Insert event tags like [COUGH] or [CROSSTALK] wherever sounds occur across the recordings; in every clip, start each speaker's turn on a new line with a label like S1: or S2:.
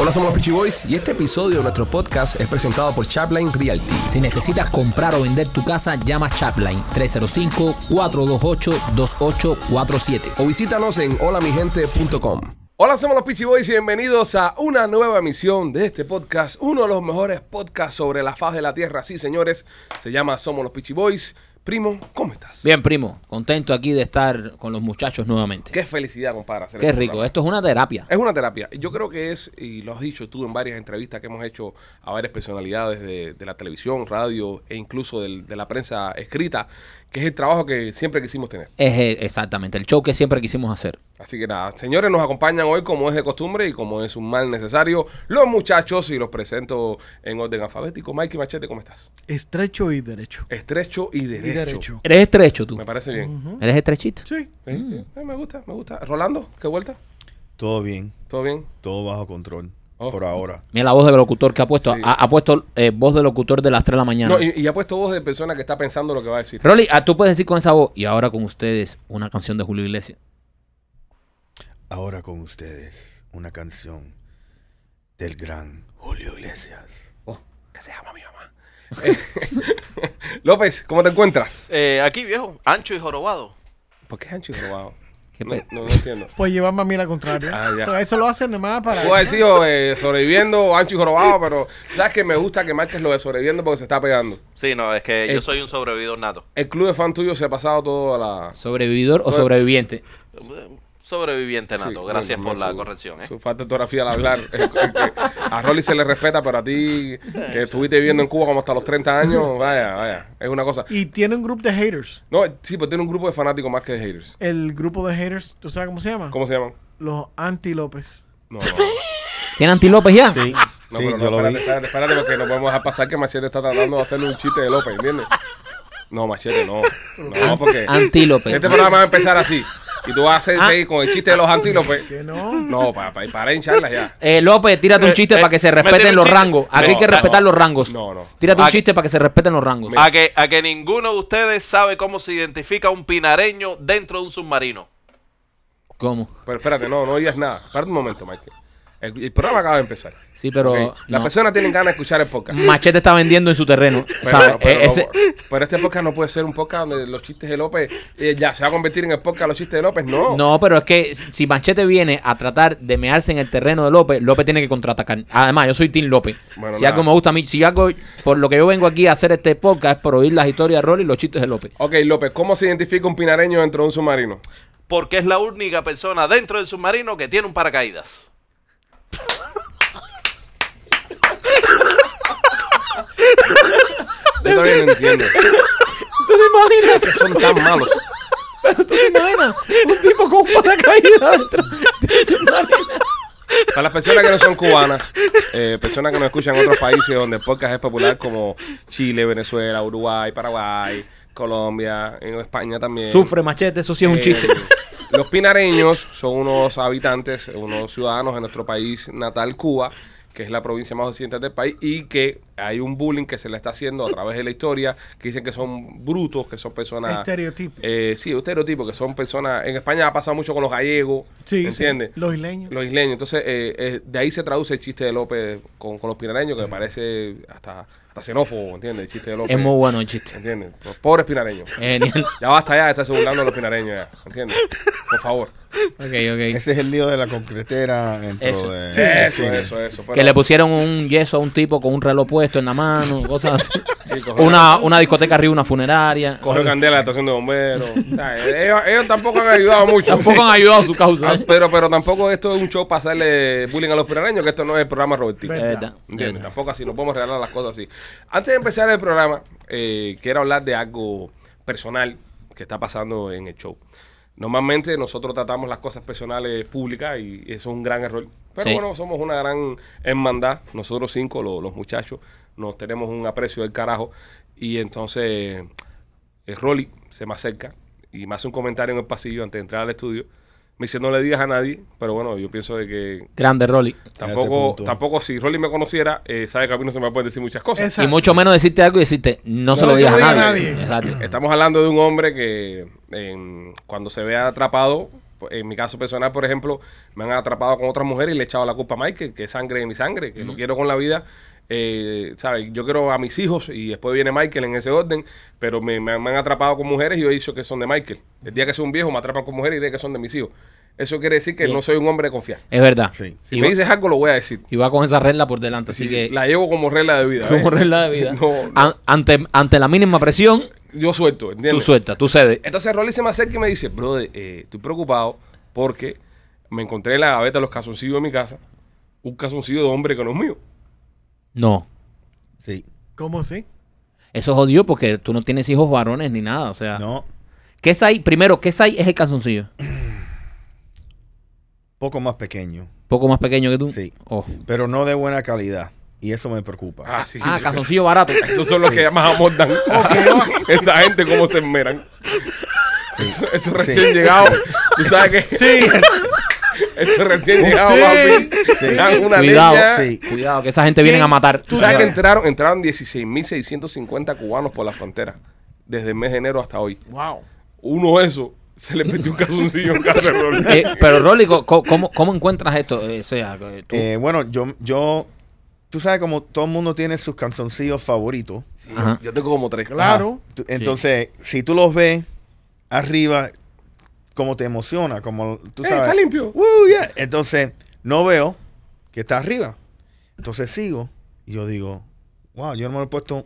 S1: Hola, somos los Peachy Boys y este episodio de nuestro podcast es presentado por Chapline Realty.
S2: Si necesitas comprar o vender tu casa, llama Chapline 305-428-2847.
S1: O visítanos en holamigente.com. Hola, somos los Peachy Boys y bienvenidos a una nueva emisión de este podcast, uno de los mejores podcasts sobre la faz de la tierra. Sí, señores, se llama Somos los Peachy Boys. Primo, ¿cómo estás?
S2: Bien, primo, contento aquí de estar con los muchachos nuevamente.
S1: Qué felicidad, compadre. hacer
S2: Qué
S1: este
S2: rico, eh.
S1: programa.
S2: esto es una terapia.
S1: Es una terapia. Yo creo que es, y lo has dicho tú en varias entrevistas que hemos hecho a varias personalidades de, de la televisión, radio e incluso del- de la prensa escrita, que es el trabajo que siempre quisimos tener.
S2: Es eh, exactamente el show que siempre quisimos hacer.
S1: Así que nada, señores, nos acompañan hoy como es de costumbre y como es un mal necesario, los muchachos y los presento en orden alfabético. Mikey Machete, ¿cómo estás?
S3: Estrecho y derecho.
S1: Estrecho y derecho.
S3: Y derecho.
S2: Eres estrecho tú.
S1: Me parece bien.
S2: Eres estrechito.
S3: Sí.
S1: Sí, sí. Eh, me gusta, me gusta. Rolando, ¿qué vuelta?
S4: Todo bien,
S1: ¿Todo bien?
S4: todo bajo control.
S1: Oh.
S4: Por ahora.
S2: Mira la voz del locutor que ha puesto.
S1: Sí.
S2: Ha, ha puesto eh, voz del locutor de las 3 de la mañana.
S1: No, y, y ha puesto voz de persona que está pensando lo que va a decir.
S2: Rolly, ah, tú puedes decir con esa voz. Y ahora con ustedes, una canción de Julio Iglesias.
S4: Ahora con ustedes, una canción del gran Julio Iglesias.
S1: ¿Qué se llama mi mamá? Eh, [LAUGHS] López, ¿cómo te encuentras?
S5: Eh, aquí, viejo, ancho y jorobado.
S1: ¿Por qué ancho y robado?
S2: Qué
S1: No,
S2: pe-
S1: no, no entiendo.
S3: Pues llevarme a mí la contraria.
S1: Ah, ya.
S3: Pero eso lo hacen nomás para.
S1: Puedo decir o, eh, sobreviviendo, ancho y jorobado, pero sabes que me gusta que marques lo de sobreviviendo porque se está pegando.
S5: Sí, no, es que
S1: Eh.
S5: yo soy un sobrevividor nato.
S1: El club de fan tuyo se ha pasado toda la.
S2: ¿Sobrevividor o sobreviviente?
S5: Sobreviviente
S1: Sí,
S5: nato.
S1: bueno,
S5: Gracias por
S1: su-
S5: la corrección. ¿eh?
S1: Su falta de ortografía al hablar. [LAUGHS] a Rolly se le respeta, pero a ti, que estuviste viviendo en Cuba como hasta los 30 años, vaya, vaya. Es una cosa.
S3: Y tiene un grupo de haters.
S1: No, sí, pero tiene un grupo de fanáticos más que de haters.
S3: El grupo de haters, ¿tú sabes cómo se llama?
S1: ¿Cómo se llaman?
S3: Los anti-López.
S1: No, no.
S2: ¿Tiene antilopes ya?
S4: Sí,
S1: [LAUGHS] No,
S4: sí,
S1: pero no,
S4: yo lo
S1: espérate, espérate,
S4: vi.
S1: espérate, porque no podemos dejar pasar que Machete está tratando de hacerle un chiste de López, ¿entiendes? No, Machete, no. No, porque si
S2: Antílope.
S1: este programa va a empezar así y tú vas a hacer
S2: Ah.
S1: seguir con el chiste de los antílopes.
S3: Que no.
S1: No, para, para, para en charlas ya.
S2: Eh, López, tírate un
S5: Eh,
S2: chiste
S5: eh,
S2: para que se
S5: me tira
S2: respeten
S5: un
S2: los
S5: chiste.
S2: rangos. Aquí
S1: No,
S2: hay que
S1: no,
S2: respetar
S1: no.
S2: los rangos.
S1: No, no.
S2: Tírate un
S5: Ah, que-
S2: chiste para que se respeten los rangos.
S5: A que, a que ninguno de ustedes sabe cómo se identifica un pinareño dentro de un submarino.
S2: ¿Cómo?
S1: Pero espérate, no, no digas nada. Espérate un momento, Mike. El, el programa acaba de empezar.
S2: Sí, pero.
S1: Ok, Las
S2: no.
S1: personas tienen ganas de escuchar el podcast.
S2: Machete está vendiendo en su terreno.
S1: Pero,
S2: ¿sabes?
S1: pero
S2: Eh, ese-
S1: no- pero este podcast no puede ser un podcast donde los chistes de López eh, ya se va a convertir en el podcast Los chistes de López. No.
S2: no, pero es que si si Machete viene a tratar de mearse en el terreno de López, López tiene que contraatacar. Además, yo soy Tim López.
S1: Bueno,
S2: si
S1: nada.
S2: algo me gusta a mí, si algo por lo que yo vengo aquí a hacer este podcast es por oír las historias de Rolly y los chistes de López.
S1: Ok, López, ¿cómo se identifica un pinareño dentro de un submarino?
S5: Porque es la única persona dentro del submarino que tiene un paracaídas.
S1: Yo todavía no entiendo.
S2: ¿Tú te imaginas?
S1: Que son tan malos.
S2: ¿Tú te imaginas? Un tipo con un paracaídas adentro.
S1: Para las personas que no son cubanas, eh, personas que nos escuchan en otros países donde el podcast es popular como Chile, Venezuela, Uruguay, Paraguay, Colombia, en España también.
S2: Sufre Machete, eso sí es un
S1: Eh,
S2: chiste.
S1: [LAUGHS] Los pinareños son unos habitantes, unos ciudadanos de nuestro país natal, Cuba, que es la provincia más occidental del país, y que hay un bullying que se le está haciendo a través de la historia, que dicen que son brutos, que son personas...
S3: Estereotipo.
S1: Eh, sí, estereotipos, que son personas... En España ha pasado mucho con los gallegos,
S3: Sí, sí.
S1: ¿entiendes?
S3: Los isleños.
S1: Los isleños. Entonces, eh, eh, de ahí se traduce el chiste de López con, con los pinareños, que me parece hasta, hasta xenófobo, ¿entiendes? El chiste de López.
S2: Es muy bueno el chiste.
S1: ¿Entiendes? Los pobres pinareños.
S2: Genial.
S1: Ya basta ya este de estarse burlando de los pinareños ya, ¿entiendes? Por favor.
S2: Ok, ok.
S4: Ese es el lío de la concretera dentro
S2: Eso.
S4: de. del
S1: Eso,
S4: cine.
S1: eso, eso. pero-
S2: Que le pusieron un yeso a un tipo con un reloj puesto en la mano, cosas así.
S1: Sí, cogió,
S2: Una, una discoteca arriba, una funeraria.
S1: cogió candela de la estación de bomberos. O sea, ellos, ellos tampoco han ayudado mucho.
S2: Tampoco han ayudado a su causa.
S1: Ah,
S2: ¿eh?
S1: Pero, pero tampoco esto es un show para hacerle bullying a los pinareños, que esto no es el programa Robertito.
S2: Es verdad, es
S1: ¿Entiendes?
S2: verdad.
S1: Tampoco así, no podemos regalar las cosas así. Antes de empezar el programa, eh, quiero hablar de algo personal que está pasando en el show. Normalmente nosotros tratamos las cosas personales públicas y eso es un gran error. Pero
S2: Sí.
S1: bueno, somos una gran hermandad. Nosotros cinco, lo- los muchachos, nos tenemos un aprecio del carajo. Y entonces eh, Rolly se me acerca y me hace un comentario en el pasillo antes de entrar al estudio. Me dice, no le digas a nadie, pero bueno, yo pienso de que
S2: Grande Rolly.
S1: tampoco,
S4: punto.
S1: tampoco si Rolly me conociera, eh, sabe que a mí no se me pueden decir muchas cosas.
S3: Esa-
S2: Y mucho menos decirte algo y decirte, no, se
S3: No
S2: lo
S3: se
S2: digas
S3: lo
S2: a
S3: diga
S2: nadie.
S3: nadie.
S2: Exacto.
S1: Estamos hablando de un hombre que en- cuando se vea atrapado en mi caso personal, por ejemplo, me han atrapado con otras mujeres y le he echado la culpa a Michael, que es sangre de mi sangre, que lo quiero con la vida. Eh, ¿sabes? Yo quiero a mis hijos y después viene Michael en ese orden, pero me, me han- me han atrapado con mujeres y yo he dicho que son de Michael. El día que soy un viejo me atrapan con mujeres y diré que son de mis hijos. Eso quiere decir que no soy un hombre de confiar.
S2: Es verdad.
S4: Sí.
S1: Si
S2: y,
S1: me
S2: va,
S1: dices algo, lo voy a decir.
S2: y va con esa regla por delante. Así que
S1: la llevo como regla de vida.
S2: como
S1: ¿eh?
S2: regla de vida.
S1: [LAUGHS] No, no.
S2: An- ante, ante la mínima presión,
S1: Yo suelto,
S2: tú
S1: ¿entiendes?
S2: sueltas, tú cedes.
S1: Entonces Rolly se me acerca y me dice, brother, eh, estoy preocupado porque me encontré en la gaveta los calzoncillos de mi casa, un calzoncillo de hombre que no es mío.
S2: No.
S4: Sí.
S3: ¿Cómo así?
S2: Eso es jodido porque tú no tienes hijos varones ni nada. O
S1: Ah.
S2: sea,
S4: No.
S2: ¿qué es ahí? Primero, ¿qué es ahí? Es el calzoncillo.
S4: Poco más pequeño.
S2: Poco más pequeño que tú.
S4: Sí.
S2: Oh.
S4: Pero no de buena calidad. Y eso me preocupa.
S1: Ah, sí.
S2: Ah, calzoncillo barato.
S1: Esos son los que más
S4: [LAUGHS]
S1: amordan. [LAUGHS] Esa gente cómo se esmeran. Eso, eso recién
S4: Sí.
S1: llegado. Tú sabes que... Sí. [LAUGHS] Eso recién llegado, papi.
S4: Sí.
S1: Se [LAUGHS] dan una
S2: Cuidado,
S1: leña.
S4: Sí.
S2: Cuidado, que esa gente viene a matar.
S1: Tú sabes que
S4: Claro.
S1: entraron, entraron 16.650 cubanos por la frontera desde el mes de enero hasta hoy.
S3: Wow.
S1: Uno de esos se le metió un calzoncillo en casa de Rolly.
S2: [LAUGHS] Eh, pero, Rolly, co- co- ¿cómo, cómo encuentras esto? Eh, o sea, que tú-
S4: Eh, bueno, yo, yo. Tú sabes como todo el mundo tiene sus canzoncillos favoritos.
S1: Sí,
S2: Ajá.
S1: Eh, yo, yo tengo como tres.
S3: Claro.
S4: Ah, Tú- Entonces, si tú los ves arriba, como te emociona, como tú
S1: Eh,
S4: sabes.
S1: está limpio.
S4: "Woo, yeah". Entonces, no veo que está arriba. Entonces sigo y yo digo, wow, yo no me lo he puesto.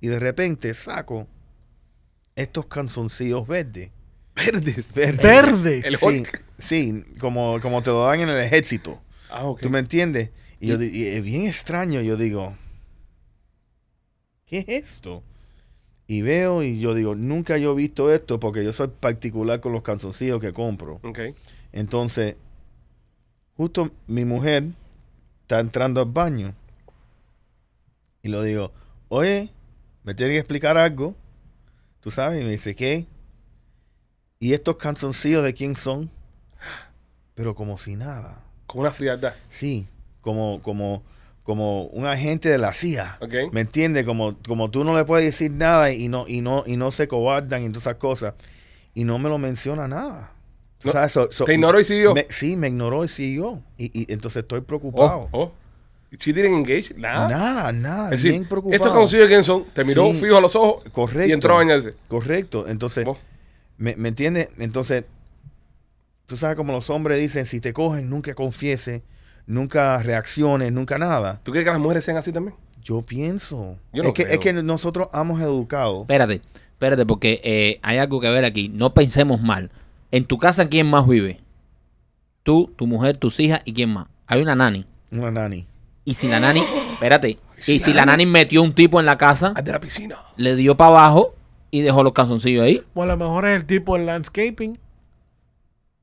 S4: Y de repente saco estos canzoncillos verdes.
S1: Verdes.
S4: Verdes.
S3: Verdes.
S1: El
S4: Sí,
S1: Hulk.
S4: sí, como, como te lo dan en el ejército.
S1: Ah, ok.
S4: ¿Tú me entiendes? Y, yo di- y es bien extraño, yo digo, ¿qué es esto? Y veo y yo digo, nunca yo he visto esto porque yo soy particular con los calzoncillos que compro.
S1: Ok.
S4: Entonces, justo mi mujer está entrando al baño y lo digo, oye, me tienen que explicar algo. ¿Tú sabes? Y me dice, ¿qué? ¿Y estos calzoncillos de quién son? Pero como si nada.
S1: Con una frialdad.
S4: Sí, como, como, como un agente de la CIA.
S1: Ok.
S4: ¿Me entiendes? Como, como tú no le puedes decir nada y no, y no, y no se cobardan y todas esas cosas. Y no me lo menciona nada. Tú
S1: No,
S4: sabes, so- so-
S1: te ignoró y siguió.
S4: me- sí, me ignoró y siguió. Y, y entonces estoy preocupado.
S1: Oh, oh. ¿She didn't engage? Nada.
S4: Nada, nada.
S1: Es decir,
S4: bien preocupado.
S1: estos conocidos quién son. Te miró
S4: Sí.
S1: fijo a los ojos
S4: Correcto.
S1: y entró a bañarse. Oh.
S4: Correcto. Entonces,
S1: Vos.
S4: ¿me, ¿me entiendes? Entonces, tú sabes como los hombres dicen, si te cogen, nunca confieses, nunca reacciones, nunca nada.
S1: ¿Tú crees que las mujeres sean así también?
S4: Yo pienso.
S1: Yo no
S4: es, que,
S1: creo.
S4: es que nosotros hemos educado.
S2: Espérate, espérate, porque eh, hay algo que ver aquí. No pensemos mal. En tu casa, ¿quién más vive? Tú, tu mujer, tus hijas y quién más. Hay una nani.
S4: Una nani.
S2: Y si la nani, espérate,
S1: si
S2: y si
S1: la
S2: la nani metió un tipo en la casa,
S1: Al Ah, de la piscina.
S2: le dio para abajo y dejó los calzoncillos ahí,
S3: O Pues a lo mejor es el tipo del landscaping.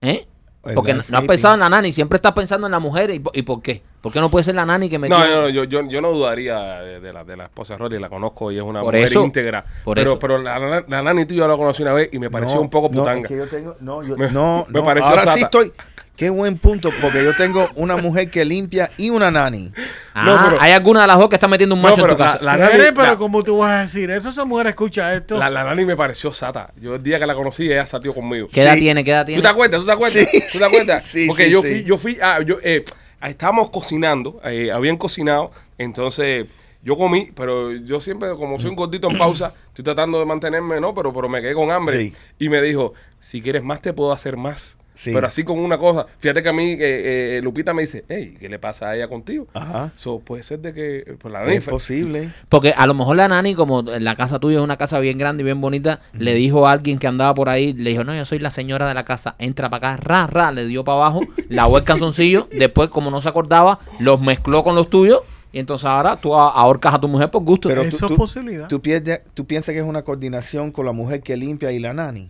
S2: ¿eh?
S4: El
S2: Porque no, no has
S4: landscaping.
S2: pensado en la nani, siempre estás pensando en la mujer y, po- y por qué. ¿Por qué no puede ser la nani que metió?
S1: No, no, no, yo, yo, yo no dudaría de, de la, de la esposa de Rolly, la conozco y es una
S2: Por
S1: mujer
S2: eso,
S1: íntegra.
S2: por
S1: pero
S2: eso.
S1: pero la, la, la nani tuya la conocí una vez y me pareció
S4: No,
S1: un poco
S4: no,
S1: putanga.
S4: es que yo tengo- no, yo-
S1: Me-
S4: no,
S1: me
S4: no,
S1: pareció
S4: ahora
S1: sata.
S4: sí estoy. Qué buen punto, porque yo tengo una mujer que limpia y una nani.
S2: Ah,
S1: no, pero-
S2: hay alguna de las dos que está metiendo un
S1: No,
S2: macho en
S1: pero
S2: tu casa.
S1: La
S3: La
S1: nani-
S3: pero
S1: la-
S3: como tú vas a decir eso, esa mujer escucha esto.
S1: La, la nani me pareció sata. Yo el día que la conocí, ella satió conmigo.
S2: ¿Qué edad
S4: Sí.
S2: tiene? ¿Qué edad
S1: ¿Tú
S2: tiene?
S1: te acuerdas? ¿Tú te acuerdas?
S4: Sí,
S1: ¿Tú te acuerdas?
S4: [LAUGHS] sí,
S1: Porque
S4: sí,
S1: yo
S4: sí.
S1: fui, yo fui, ah, yo, eh, estábamos cocinando, eh, habían cocinado, entonces yo comí, pero yo siempre, como soy un gordito en pausa, estoy tratando de mantenerme, ¿no? Pero, pero me quedé con hambre.
S4: Mm. Sí.
S1: Y me dijo, si quieres más, te puedo hacer más.
S4: Sí.
S1: Pero así con una cosa. Fíjate que a mí, eh, eh, Lupita me dice, hey, ¿qué le pasa a ella contigo?
S4: Ajá.
S1: So, puede ser de que, eh, por la
S4: Ah. Es
S1: nariz.
S4: posible.
S2: Porque a lo mejor la nani, como la casa tuya es una casa bien grande y bien bonita, le dijo a alguien que andaba por ahí, le dijo, no, yo soy la señora de la casa, entra para acá, ra, ra, le dio para abajo, lavó el
S1: [LAUGHS]
S2: calzoncillo, después como no se acordaba, los mezcló con los tuyos y entonces ahora tú a- ahorcas a tu mujer por gusto.
S4: Pero tú-
S3: eso
S4: tú-
S3: es posibilidad.
S4: ¿Tú, piensas- ¿Tú piensas que es una coordinación con la mujer que limpia y la nani?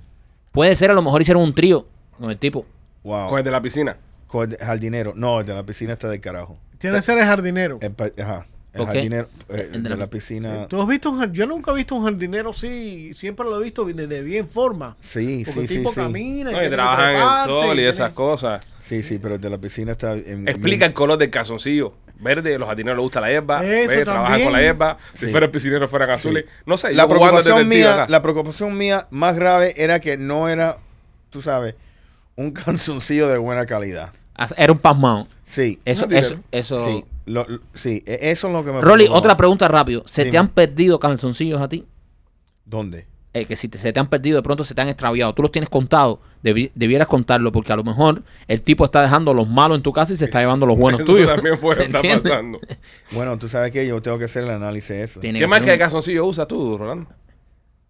S2: Puede ser, a lo mejor hicieron un trío con el tipo.
S4: Wow.
S1: Con el de la piscina.
S4: Con el jardinero. No, el de la piscina está del carajo.
S3: Tiene que ser el jardinero.
S1: Eh,
S4: El, pa- ajá. El
S2: ¿Por qué?
S4: jardinero. eh,
S2: El
S4: el
S2: de
S4: de
S2: la
S4: la piscina.
S3: ¿Tú has visto un jar- Yo nunca he visto un jardinero así. Siempre lo he visto de, de bien forma.
S4: Sí,
S3: Porque
S4: sí,
S3: el
S4: sí.
S3: tipo
S4: sí.
S3: camina
S1: No,
S3: tiene
S1: y
S3: que
S1: trabajan en el
S3: treparse,
S1: sol y
S3: tiene-
S1: esas cosas.
S4: Sí, sí, pero el de la piscina está. en-
S1: Explica el color del calzoncillo. Verde, los jardineros les gusta la hierba.
S3: Eso
S1: Verde, trabajan
S3: también.
S1: con la hierba. Si
S4: Sí.
S1: fueran piscineros fueran azules.
S4: Sí.
S1: No sé.
S4: la
S1: yo jugando
S4: preocupación
S1: detective
S4: mía,
S1: acá.
S4: la preocupación mía más grave era que no era, tú sabes, un [LAUGHS] canzoncillo de buena calidad.
S2: As- Era un pasmado.
S4: Sí,
S2: Eso,
S1: dinero.
S2: eso, eso.
S4: sí, lo- lo- sí, e- eso es lo que me
S2: Rolly,
S4: preocupa.
S2: otra pregunta rápido. ¿Se te
S4: Dime.
S2: han perdido calzoncillos a ti?
S4: ¿Dónde?
S2: eh, que si te- se te han perdido, de pronto se te han extraviado, tú los tienes contados, debi- debieras contarlo, porque a lo mejor el tipo está dejando los malos en tu casa y se está llevando
S1: [LAUGHS]
S2: los buenos
S1: Eso
S2: tuyos. [LAUGHS]
S1: también puede estar
S2: ¿Entiendes?
S4: [LAUGHS]
S1: pasando.
S4: Bueno, tú sabes que yo tengo que hacer el análisis de eso.
S2: Tiene
S1: ¿Qué más
S2: ser
S1: que de
S2: un
S1: calzoncillo usas tú, Rolando?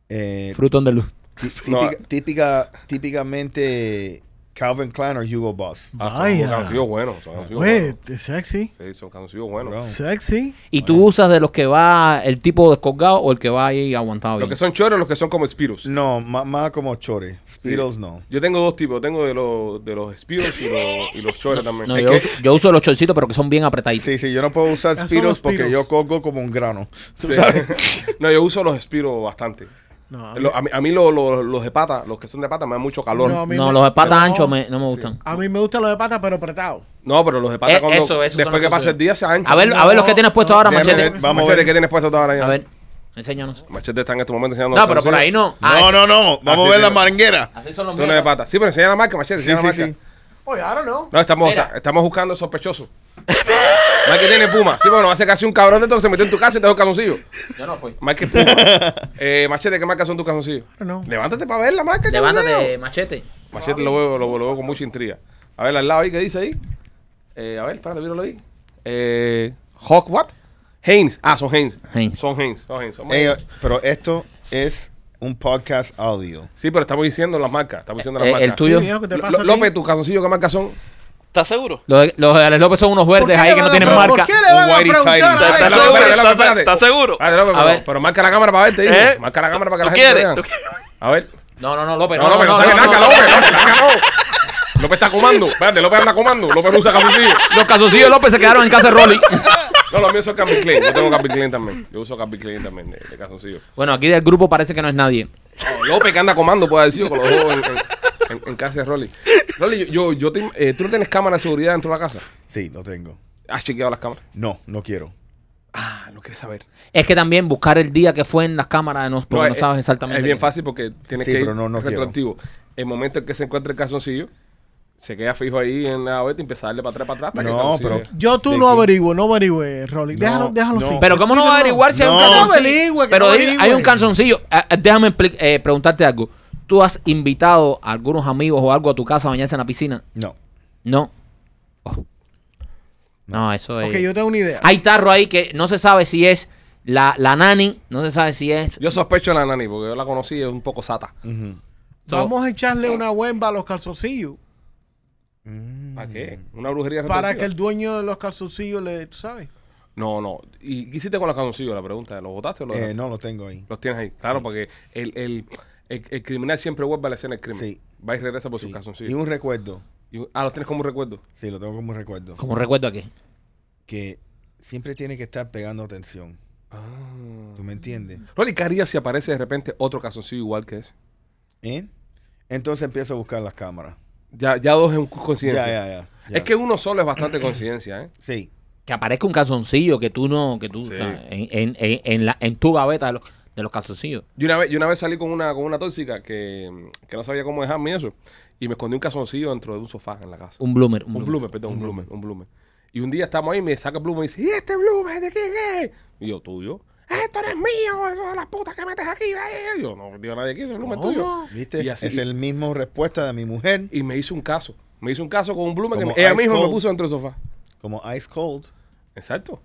S4: Eh,
S2: Fruto de luz.
S4: tí-
S1: No.
S4: típica, típica- típicamente Calvin Klein o Hugo Boss.
S1: Ah,
S3: Vaya. Pues,
S1: Son calzoncillos buenos. Son calzoncillos
S3: Güey,
S1: buenos.
S3: este, sexy.
S1: Sí, son calzoncillos buenos.
S4: Bro.
S3: Sexy.
S2: ¿Y tú usas de los que va el tipo descolgado o el que va ahí aguantado?
S1: Los
S2: Bien?
S1: que son choros, los que son como espiros.
S4: No, ma- más, como chores. Speedos no.
S1: Yo tengo dos tipos. Tengo de los, de los espiros y los, y los choros también.
S2: No,
S4: Es
S2: yo,
S4: que-
S2: uso, yo uso los chorcitos, pero que son bien apretaditos.
S4: Sí, sí, yo no puedo
S2: Ah,
S4: usar
S3: Esos son
S4: Speedos
S3: los
S4: porque
S3: Speedos.
S4: yo coco como un grano. [LAUGHS] ¿Tú
S1: Sí.
S4: sabes?
S1: [LAUGHS] no, yo uso los espiros bastante.
S3: No, a mí,
S1: Lo- a mí, a mí lo- lo- los de pata, los que son de pata, me dan mucho calor.
S3: Ah, No,
S1: No,
S3: a mí
S2: no,
S3: me-
S2: los de pata
S3: No.
S2: ancho me- no me gustan.
S3: a mí me gustan los de pata, pero apretado.
S1: pero los de pata,
S2: Eh,
S1: cuando,
S2: eso, eso son
S1: después que
S2: los
S1: pasa
S2: que
S1: el día, se ancha.
S2: A ver, a ver los que tienes puesto ahora,
S4: Déjame
S2: machete.
S4: ver, vamos a ver.
S1: ¿qué tienes puesto ahora? ya?
S2: A ver, enséñanos.
S1: Machete está en este momento enseñando.
S2: No,
S1: los
S2: pero por
S1: calzoncillos.
S2: ahí no. Ah,
S4: No, no, no. Vamos
S1: Así
S4: a ver la
S1: te-
S4: marenguera.
S2: Así son los
S1: Tú no de
S2: míos.
S1: pata. Sí, pero enseña la marca, Machete.
S4: Sí,
S1: Enseña
S4: sí,
S1: la marca.
S4: sí.
S3: Oye, ahora no.
S1: No, estamos,
S2: Mira.
S1: está- estamos buscando
S2: [LAUGHS]
S1: sospechosos. Más que tiene Puma. Sí, bueno, hace casi un cabrón de todo que se metió en tu casa y te dejó calzoncillo.
S2: Yo no fui.
S1: Más que Puma.
S2: [LAUGHS]
S1: eh, machete, ¿qué marca son tus calzoncillos?
S3: Claro, no.
S1: Levántate para ver la marca. cabrón.
S2: Levántate, machete.
S1: Machete lo veo, lo, lo veo con mucha intriga. A ver, al lado ahí, ¿qué dice ahí? Eh, a ver, espérate, míralo ahí. Eh, Hawk, what? Haynes. Ah, son Haynes.
S2: Haynes.
S1: Son Haynes. Son Haynes. son
S4: Ey,
S1: Haynes.
S4: pero esto es un podcast audio.
S1: Sí, pero estamos diciendo las marcas. Estamos diciendo las
S2: Eh,
S1: marcas.
S2: el tuyo.
S3: Sí, viejo, ¿qué te
S1: Lo-
S3: pasa a ti?
S1: López, tus calzoncillos, ¿qué marca son?
S5: ¿Estás seguro?
S2: Los de, los de Alex López son unos
S3: ¿Por qué
S2: verdes ahí
S3: le
S2: que no
S3: van a
S2: tienen
S3: pre-
S2: marca.
S3: ¿Por qué le
S4: Un
S3: van a
S4: white
S3: preguntar
S4: titan.
S3: a
S5: ¿Estás
S1: Espérate,
S3: Alex?
S5: seguro?
S1: espérate, espérate,
S5: ¿Estás-
S1: espérate.
S5: ¿Estás seguro?
S1: Vale, López,
S2: A
S1: pero,
S2: ver.
S1: pero marca la cámara para verte.
S5: ¿Eh?
S1: hijo. Marca la cámara para que
S5: ¿Tú
S1: la gente
S5: quieres?
S1: vea.
S5: ¿Tú quieres?
S1: A ver.
S2: No, no, no, López.
S1: No, López, no saque naca, López. López, naca, no. López está comando. Espérate, López anda comando. López no usa calzoncillos.
S2: Los calzoncillos López se quedaron en casa de Rolly.
S1: No, los míos son Calvin Klein. Yo tengo Calvin Klein también. Yo uso Calvin Klein también de, de calzoncillos.
S2: [LAUGHS] bueno, aquí del grupo parece que no es nadie.
S1: No, López que anda comando, puede decir, con los dos en, en, en- en casa de Rolly. Rolly, yo, yo, yo te- eh, tú no tienes cámara de seguridad dentro de la casa.
S4: Sí, lo tengo.
S1: Has chequeado las cámaras.
S4: No, no quiero.
S1: Ah, no quieres saber.
S2: Es que también buscar el día que fue en las cámaras no, porque
S1: No,
S2: no
S1: es-
S2: sabes exactamente.
S1: Es bien
S2: qué.
S1: fácil porque tienes
S4: Sí,
S1: que ir
S4: pero no- no quiero.
S1: retroactivo. El momento en que se encuentra el calzoncillo, se queda fijo ahí en la web y empieza a darle para atrás, para atrás. hasta que el
S4: No,
S1: calzoncillo-
S4: pero-
S3: Yo tú
S4: ¿De
S3: no
S4: qué?
S3: averigüe, no averigüe, Rolly.
S4: No,
S3: déjalo, déjalo
S4: no.
S3: así.
S2: Pero ¿cómo no va a averiguar si hay un
S4: No.
S2: calzoncillo?
S3: No averigüe, que
S2: Pero
S3: no
S2: dime,
S3: averigüe.
S2: hay un calzoncillo. Ah, ah, déjame expli- eh, preguntarte algo. ¿Tú has invitado a algunos amigos o algo a tu casa a bañarse en la piscina?
S4: No.
S2: No. Oh. No, eso es.
S3: Ok, yo tengo una idea.
S2: Hay tarro ahí que no se sabe si es la, la nani, no se sabe si es.
S1: Yo sospecho de la nani porque yo la conocí y es un poco sata.
S4: Ujú.
S3: Vamos a echarle una huemba a los calzoncillos
S4: Mm.
S1: ¿Para qué? Una brujería
S3: para
S1: retroactiva.
S3: que el dueño de los calzoncillos le,
S1: [LAUGHS]
S3: tú sabes.
S1: No, no. ¿Y qué hiciste con los calzoncillos? La pregunta, ¿los botaste o los
S4: Eh,
S1: dejaste?
S4: no lo tengo ahí.
S1: Los tienes ahí, claro, porque el, el, el, el criminal siempre vuelve a la escena del crimen.
S4: Sí.
S1: Va y regresa por
S4: Sí.
S1: sus
S4: Y
S1: calzoncillos.
S4: un recuerdo.
S1: Y un- ah, los tienes como un recuerdo.
S4: Sí, lo tengo como un recuerdo.
S2: Como recuerdo aquí.
S4: Que siempre tiene que estar pegando atención.
S1: Ah.
S4: ¿Tú me entiendes?
S1: Rolly, ¿qué harías si aparece de repente otro calzoncillo igual que ese?
S4: ¿Eh? Entonces empiezo a buscar las cámaras.
S1: Ya, ya dos es un
S4: Ya,
S1: coincidencia.
S4: ya, ya, ya.
S1: Es que uno solo es bastante [CLEARS THROAT] coincidencia, ¿eh?
S4: Sí.
S2: Que aparezca un calzoncillo que tú no. Que tú,
S1: Sí.
S2: o sea, en, en- en- en la, en tu gaveta de los, de los calzoncillos.
S1: Yo una vez, yo una vez salí con una, con una tóxica que, que no sabía cómo dejarme y eso. Y me escondí un calzoncillo dentro de un sofá en la casa.
S2: Un bloomer. Un,
S1: Un
S2: bloomer.
S1: blumen, perdón, un blumen, un blumen. Y un día estamos ahí, me saca el blumen y dice, ¿y este blumen de quién es? Y yo, tuyo. Esto no es mío, eso es la puta que metes aquí. eh". Y yo, no digo nadie aquí, ese blumen es tuyo.
S4: ¿Viste?
S1: Y así-
S4: es el mismo respuesta de mi mujer.
S1: Y me hizo un caso. Me hizo un caso con un blumen que
S4: Como
S1: me- ella
S4: Ice
S1: misma me
S4: Cold.
S1: puso dentro del sofá.
S4: Como ice cold.
S1: Exacto.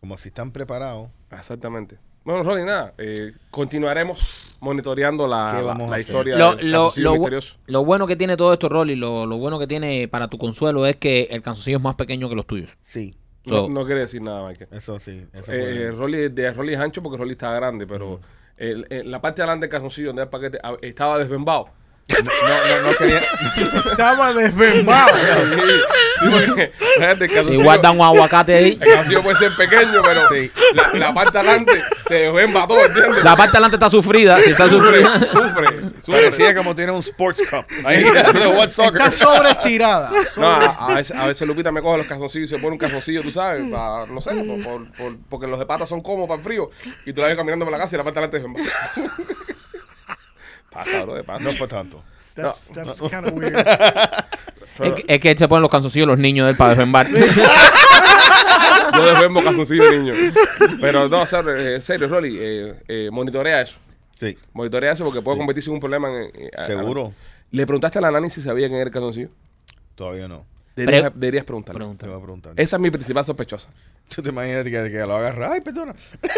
S4: Como si están preparados.
S1: Exactamente. Bueno, Rolly, nada. eh, continuaremos monitoreando la,
S4: ¿Qué
S1: la-
S4: vamos a
S1: la
S4: hacer?
S1: historia
S2: Lo,
S1: del
S2: lo-
S1: calzoncillo
S2: lo bu-
S1: misterioso.
S2: lo bueno que tiene todo esto, Rolly, lo, lo bueno que tiene para tu consuelo es que el calzoncillo es más pequeño que los tuyos.
S4: Sí.
S1: No-
S2: So,
S1: no, quiere decir nada, Michael.
S4: Eso sí. Eso
S1: Eh,
S4: puede-
S1: Rolly, de Rolly es ancho porque Rolly estaba grande, pero el- el- la parte de adelante del calzoncillo donde era el paquete a- estaba desbembado.
S4: no, no, no quería.
S1: [LAUGHS]
S3: Estaba desbembado.
S1: Fíjate, el
S2: si
S1: calzoncillo-
S2: guardan un
S1: [LAUGHS]
S2: aguacate ahí,
S1: el calzoncillo puede ser pequeño, pero
S4: Sí.
S1: la, la parte de adelante se desbembató, ¿entiendes?
S2: la parte de adelante está sufrida. Si
S1: [LAUGHS]
S2: está sufrida.
S1: sufre, sufre, sufre.
S4: Parecía como tiene un sports
S1: [LAUGHS]
S4: cup. Ahí, de what soccer.
S3: Está sobreestirada.
S1: No, a, a veces, a veces Lupita me coge los calzoncillos y se pone un calzoncillo, tú sabes, pa- no sé, por- por- por- porque los de pata son cómodos para el frío. Y tú la ves caminando por la casa y la parte de adelante es en [LAUGHS] Pasa, bro, de pasa.
S4: No por tanto.
S3: That's, that's kind of weird.
S2: Es, que- es que se ponen los canzoncillos los niños del para desenbar.
S1: Yo desvemo calzoncillo de niño. Pero no, o sea, eh, en serio, Rolly, eh, eh, monitorea eso.
S4: Sí,
S1: Monitorea eso porque puede convertirse en un problema. En, eh, a-
S4: seguro.
S1: ¿Le preguntaste a la nani si sabía quién era el calzoncillo?
S4: Todavía no.
S1: Deberías,
S2: Pre-
S1: deberías preguntarle.
S4: Te
S2: Pregunta.
S4: voy a preguntar.
S1: Esa es mi principal sospechosa.
S4: [LAUGHS] ¿Tú te imaginas que, que lo agarra? Ay, perdona.
S2: [LAUGHS]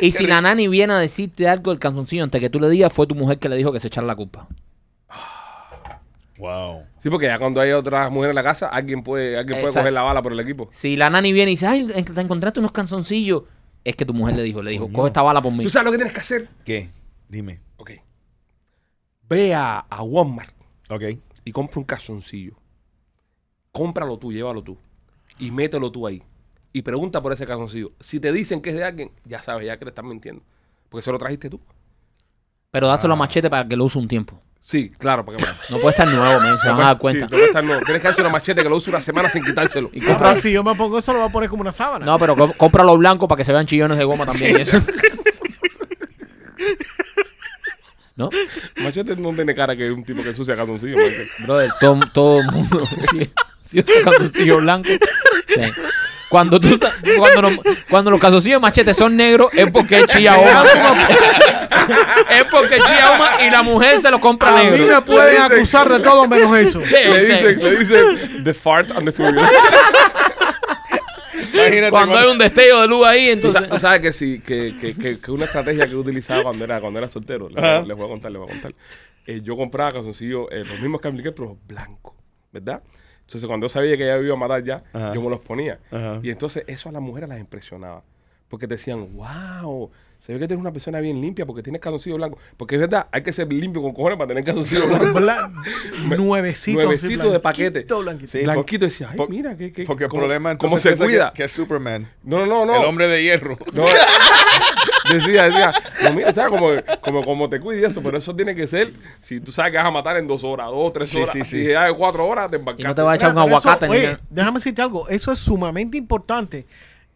S2: Y si la nani viene a decirte algo del canzoncillo antes que tú le digas, fue tu mujer que le dijo que se echara la culpa.
S4: Wow.
S1: Sí, porque ya cuando hay otras mujeres en la casa, alguien puede, alguien puede
S2: Exacto.
S1: coger la bala por el equipo.
S2: Si la nani viene y dice, ay, en- te encontraste unos canzoncillos, es que tu mujer le dijo, le dijo, coge esta bala por mí.
S1: ¿Tú sabes lo que tienes que hacer?
S4: ¿Qué? Dime.
S1: Ok. Ve a, a Walmart
S4: Ok.
S1: y compra un calzoncillo. Cómpralo tú, llévalo tú. Y mételo tú ahí. Y pregunta por ese calzoncillo. Si te dicen que es de alguien, ya sabes, ya que le están mintiendo. Porque se lo trajiste tú.
S2: Pero dáselo a
S3: Ah.
S2: Machete para que lo use un tiempo.
S1: Sí, claro, porque bueno,
S2: No puede estar nuevo, men, se van a dar cuenta.
S1: sí, no va a estar nuevo. Tienes que hacer una machete que lo usa una semana sin quitárselo.
S2: Y
S3: Ah,
S2: compra-
S3: pero si yo me pongo eso, lo voy a poner como una sábana.
S2: no, pero co- cómpralo blanco para que se vean chillones de goma también. y eso. ¿No?
S1: Machete no tiene cara que es un tipo que sucia
S2: [LAUGHS]
S1: calzoncillo. Machete.
S2: Brother, todo, todo el mundo. [LAUGHS] Si, si usa calzoncillo blanco. sí. Cuando, tú, sa- cuando, no- cuando los calzoncillos de machete son negros, es porque es Chiaoma.
S3: [LAUGHS]
S2: es porque es Chiaoma y la mujer se lo compra
S3: a mí
S2: negro.
S3: me pueden acusar de todo menos eso.
S2: Sí,
S1: Le
S2: sí.
S1: dicen, le dicen The Fart and the Furious.
S4: Imagínate
S2: cuando hay un destello de luz ahí,
S1: Tú
S2: entonces.
S1: sa- tú sabes que sí, que, que, que, que una estrategia que yo utilizaba cuando era, cuando era soltero, les,
S4: Ajá.
S1: les voy a contar, les voy a contar. Eh, yo compraba calzoncillos, eh, los mismos que apliqué, pero blancos, ¿verdad? Entonces cuando yo sabía que ella me iba a matar ya,
S4: Ajá.
S1: yo me los ponía.
S4: Ajá.
S1: Y entonces eso a las mujeres las impresionaba. Porque decían, wow, se ve que eres una persona bien limpia porque tienes calzoncillo blanco. Porque es verdad, hay que ser limpio con cojones para tener calzoncillo blanco.
S3: Bla- nuevecito.
S1: Nuevecito
S3: así,
S1: de paquete.
S3: blanquito, blanquito.
S4: Sí,
S1: Blanquito decía, ay,
S4: por-
S1: mira, que, que,
S4: Porque el
S1: cómo-
S4: problema entonces
S1: cómo se
S4: piensa que-
S1: cuida.
S4: Que, es Superman.
S1: No, no, no.
S4: El hombre de hierro.
S1: No, decía, decía, no, mira, ¿sabes? Como, como, como te cuides eso, pero eso tiene que ser, si tú sabes que vas a matar en dos horas, dos, tres
S4: Sí,
S1: horas,
S4: sí, sí.
S1: si ya de cuatro horas, te embarcaste.
S2: Y no te va a echar un
S3: Mira, pero eso-
S2: aguacate ni
S3: oye,
S2: nada.
S3: déjame decirte algo. Eso es sumamente importante.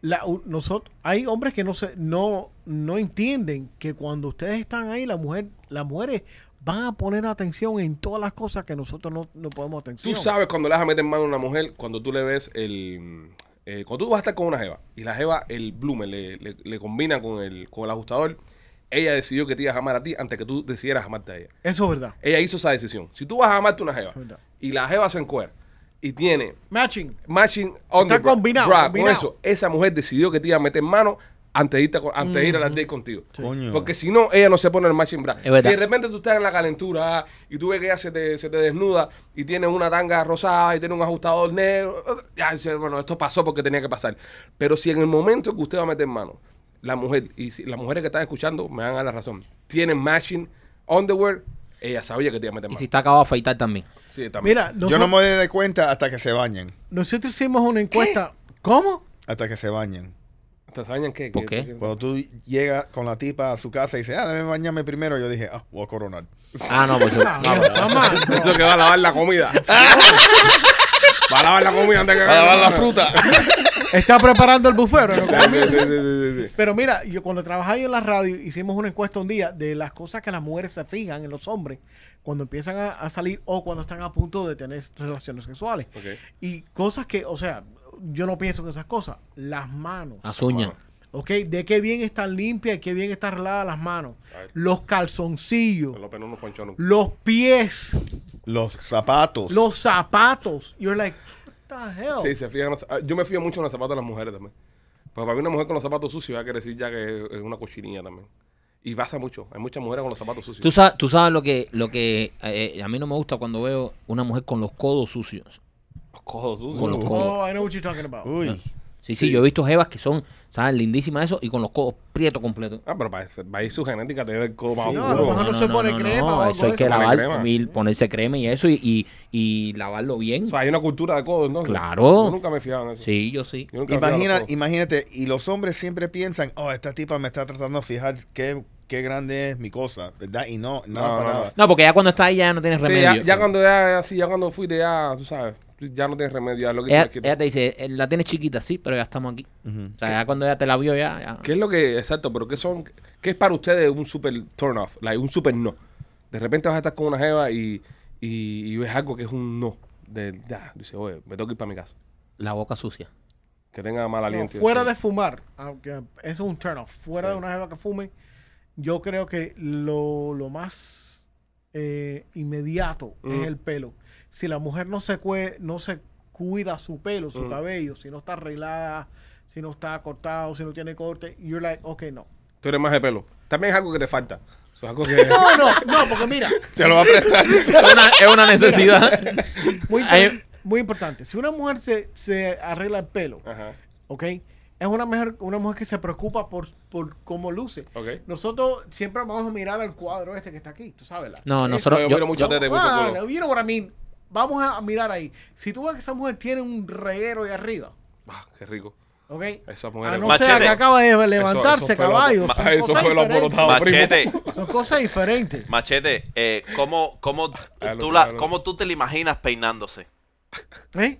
S3: La- u- nosotros, hay hombres que no se, no, no entienden que cuando ustedes están ahí, la mujer, las mujeres van a poner atención en todas las cosas que nosotros no, no podemos atención.
S1: Tú sabes cuando le vas a meter mano a una mujer, cuando tú le ves el... eh, cuando tú vas a estar con una jeva y la jeva, el bloomer, le, le- le combina con el, con el ajustador, ella decidió que te ibas a amar a ti antes que tú decidieras amarte a ella.
S3: Eso es verdad.
S1: Ella hizo esa decisión. Si tú vas a amarte a una jeva
S3: Verdad.
S1: y la jeva se encuera y tiene
S3: Matching.
S1: matching on
S3: Está
S1: the bra-
S3: combinado,
S1: bra-
S3: combinado.
S1: Con eso, esa mujer decidió que te iba a meter mano antes de, irte con- antes de ir a la date contigo.
S4: Coño.
S1: Porque si no, ella no se pone el matching bra.
S2: Es verdad.
S1: Si de repente tú estás en la calentura ah, y tú ves que ella se te, se te desnuda y tiene una tanga rosada y tiene un ajustador negro, ah, ya dices, bueno, esto pasó porque tenía que pasar. Pero si en el momento que usted va a meter mano, la mujer, y si, las mujeres que están escuchando me dan a la razón, tienen matching underwear, ella sabía que te iba a meter
S2: Y
S1: mano.
S2: si está acabado de afeitar también.
S1: Sí, también.
S3: Mira,
S4: Yo no
S3: nosotros,
S4: me doy de cuenta hasta que se bañen.
S3: nosotros hicimos una encuesta. ¿Cómo?
S4: Hasta que se bañen.
S1: ¿Te saben qué?
S2: ¿Por
S1: ¿Qué-
S2: qué?
S4: Cuando tú llegas con la tipa a su casa y dices, ah, déjame bañarme primero, yo dije, ah, voy a coronar.
S2: Ah, no, pues.
S3: Ah, mamá, Ah.
S1: [LAUGHS]
S3: no.
S1: Eso que va a lavar la
S3: [LAUGHS]
S1: comida. va a lavar la comida antes que
S4: Para lavar la fruta.
S3: Está preparando el bufero. ¿no?
S1: Sí, sí, sí, sí, sí, sí.
S3: Pero mira, yo cuando trabajaba yo en la radio hicimos una encuesta un día de las cosas que las mujeres se fijan en los hombres cuando empiezan a, a salir o cuando están a punto de tener relaciones sexuales.
S1: Ok.
S3: Y cosas que, o sea, yo no pienso en esas cosas. Las manos.
S1: Ah.
S2: A suña.
S3: ¿Ok? De qué bien están limpias y qué bien están arregladas las manos.
S1: Ay.
S3: Los calzoncillos.
S1: López no nos ponchó nunca.
S3: Los pies.
S4: Los zapatos.
S3: Los zapatos. You're like, what the hell?
S1: Sí, se fijan. en los- ah, Yo me fío mucho en los zapatos de las mujeres también. Pues para mí una mujer con los zapatos sucios hay que decir ya que es una cochinilla también. Y pasa mucho. Hay muchas mujeres con los zapatos sucios.
S2: Tú sabes, tú sabes lo que, lo que eh, a mí no me gusta cuando veo una mujer con los codos sucios.
S1: Los codos sucios.
S2: Con los codos.
S3: Oh, I know what you're talking about.
S4: Uy.
S2: Sí, sí, yo he visto jevas que son, ¿sabes? Lindísimas eso y con los codos prieto completo.
S1: Ah, pero para, ese- para ahí su genética te da el codo más
S3: Sí, no,
S1: oscuro.
S3: a lo mejor- no se pone crema o algo
S2: eso hay
S3: de
S2: que
S1: eso. Pone
S2: lavar,
S1: crema.
S2: y ponerse crema y eso y, y, y lavarlo bien.
S1: O sea, hay una cultura de codos, ¿no?
S2: Claro.
S1: Yo nunca me he fijado en eso.
S2: Sí, yo sí.
S1: Yo nunca me he fijado en
S4: Imagina,
S1: los codos.
S4: imagínate, y los hombres siempre piensan, oh, esta tipa me está tratando de fijar qué, qué grande es mi cosa, ¿verdad? Y no, nada
S1: No,
S4: para
S1: no.
S4: nada.
S2: No, porque ya cuando está ahí ya no tienes
S1: Sí,
S2: remedio.
S1: ya, ya cuando ya, así, ya cuando fuiste, ya, tú sabes, ya no tienes remedio. ya lo que
S2: ella,
S1: quieres.
S2: ella te dice, "Eh, la tienes chiquita, sí, pero ya estamos aquí. O sea, ya cuando ella te la vio ya... ya.
S1: ¿Qué es lo que, exacto, pero qué son, qué es para ustedes un super turn off, like, un super no? De repente vas a estar con una jeva y, y, y ves algo que es un no. De, ya, dices, oye, me tengo que ir para mi casa.
S2: La boca sucia.
S1: Que tenga mal
S3: No,
S1: aliento.
S3: fuera
S1: Sí.
S3: de fumar, aunque eso es un turn off, fuera de una jeva que fume, yo creo que lo, lo más eh, inmediato
S1: Mm.
S3: es el pelo. Si la mujer no se, cue- no se cuida su pelo, su
S1: Mm.
S3: cabello, si no está arreglada, si no está cortado, si no tiene corte, you're like, ok,
S1: [LAUGHS]
S3: no.
S1: Tú eres más de pelo. También es algo que te falta. Eso es algo que...
S3: [LAUGHS] No, no, no, porque mira,
S4: Te lo va a prestar. [LAUGHS]
S2: Es una, es una
S3: [LAUGHS]
S2: necesidad.
S3: muy,
S2: Hay-
S3: impor- muy importante, si una mujer se, se arregla el pelo,
S1: Ajá.
S3: ok, es una mujer, una mujer que se preocupa por, por cómo luce.
S1: Ok.
S3: Nosotros siempre vamos a mirar al cuadro este que está aquí, tú sabes. La,
S2: No,
S1: Pero
S2: nosotros.
S1: yo,
S2: yo-
S1: miro mucho este tete, mucho
S3: Ah,
S1: culo.
S3: you know what I mean. Vamos a mirar ahí. Si tú ves que esa mujer tiene un reguero ahí arriba,
S1: Ah, qué rico.
S3: ¿ok?
S1: Esas
S3: A
S1: mujeres...
S3: Ah, no
S5: Machete.
S3: ser que acaba de levantarse,
S1: Eso- esos pelos-
S3: caballo.
S1: ma-
S3: Son,
S1: esos
S3: cosas
S1: pelos
S3: diferentes.
S1: alborotados.
S5: Machete,
S3: son cosas
S1: [LAUGHS]
S3: diferentes.
S5: machete, eh, ¿cómo, cómo,
S1: Ah, lo
S5: tú
S1: que
S5: la,
S1: hablo.
S5: ¿cómo tú te la imaginas peinándose?
S3: ¿Eh?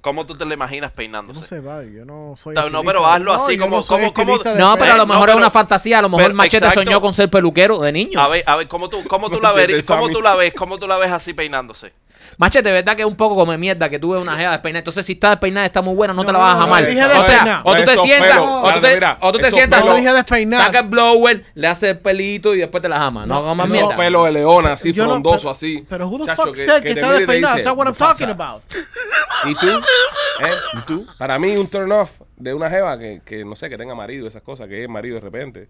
S5: ¿Cómo tú te la imaginas
S3: Yo No
S5: peinándose?
S3: sé, va, yo no soy.
S5: Está- no,
S3: estilista.
S5: pero hazlo así,
S3: yo
S5: como-
S3: soy
S5: como- como-
S3: estilista de
S2: no, pero a
S5: Eh,
S2: lo
S5: no,
S2: mejor es
S5: pero-
S2: una fantasía. A lo mejor
S5: pero-
S2: Machete
S5: exacto.
S2: soñó con ser peluquero de niño. [LAUGHS]
S5: A ver, a ver, ¿cómo tú, cómo tú, la,
S1: Machete,
S5: verías- cómo
S1: Sammy.
S5: tú la ves? ¿Cómo tú la ves así peinándose?
S2: Machete, ¿verdad que es un poco como mierda que tuve una jeva despeinada? Entonces, si está despeinada, está muy buena, no,
S3: No,
S2: te la
S3: no,
S2: vas a
S3: no,
S2: jamar.
S3: no,
S2: o,
S3: dije
S2: sea,
S3: despeinada.
S2: o tú te
S1: Esos
S2: sientas,
S1: pelos,
S2: o tú te,
S1: mira,
S2: o tú te
S1: esos
S2: sientas,
S1: pelos-
S3: No dije despeinada.
S2: saca el blower, le hace el pelito y después te la jama. No hagas más
S1: Esos
S2: mierda.
S1: pelos de leona, así,
S3: Yo no-
S1: frondoso,
S3: pero-
S1: así.
S3: Pero who the
S1: Chacho,
S3: fuck said que,
S1: te
S3: está
S1: mira y te
S3: despeinada?
S1: dice,
S3: That's what I'm
S1: "Mufasa".
S3: talking about.
S4: ¿Y tú?
S1: ¿Eh?
S4: ¿Y tú?
S1: Para mí, un turn off de una jeva que, que no sé, que tenga marido, esas cosas, que es marido de repente.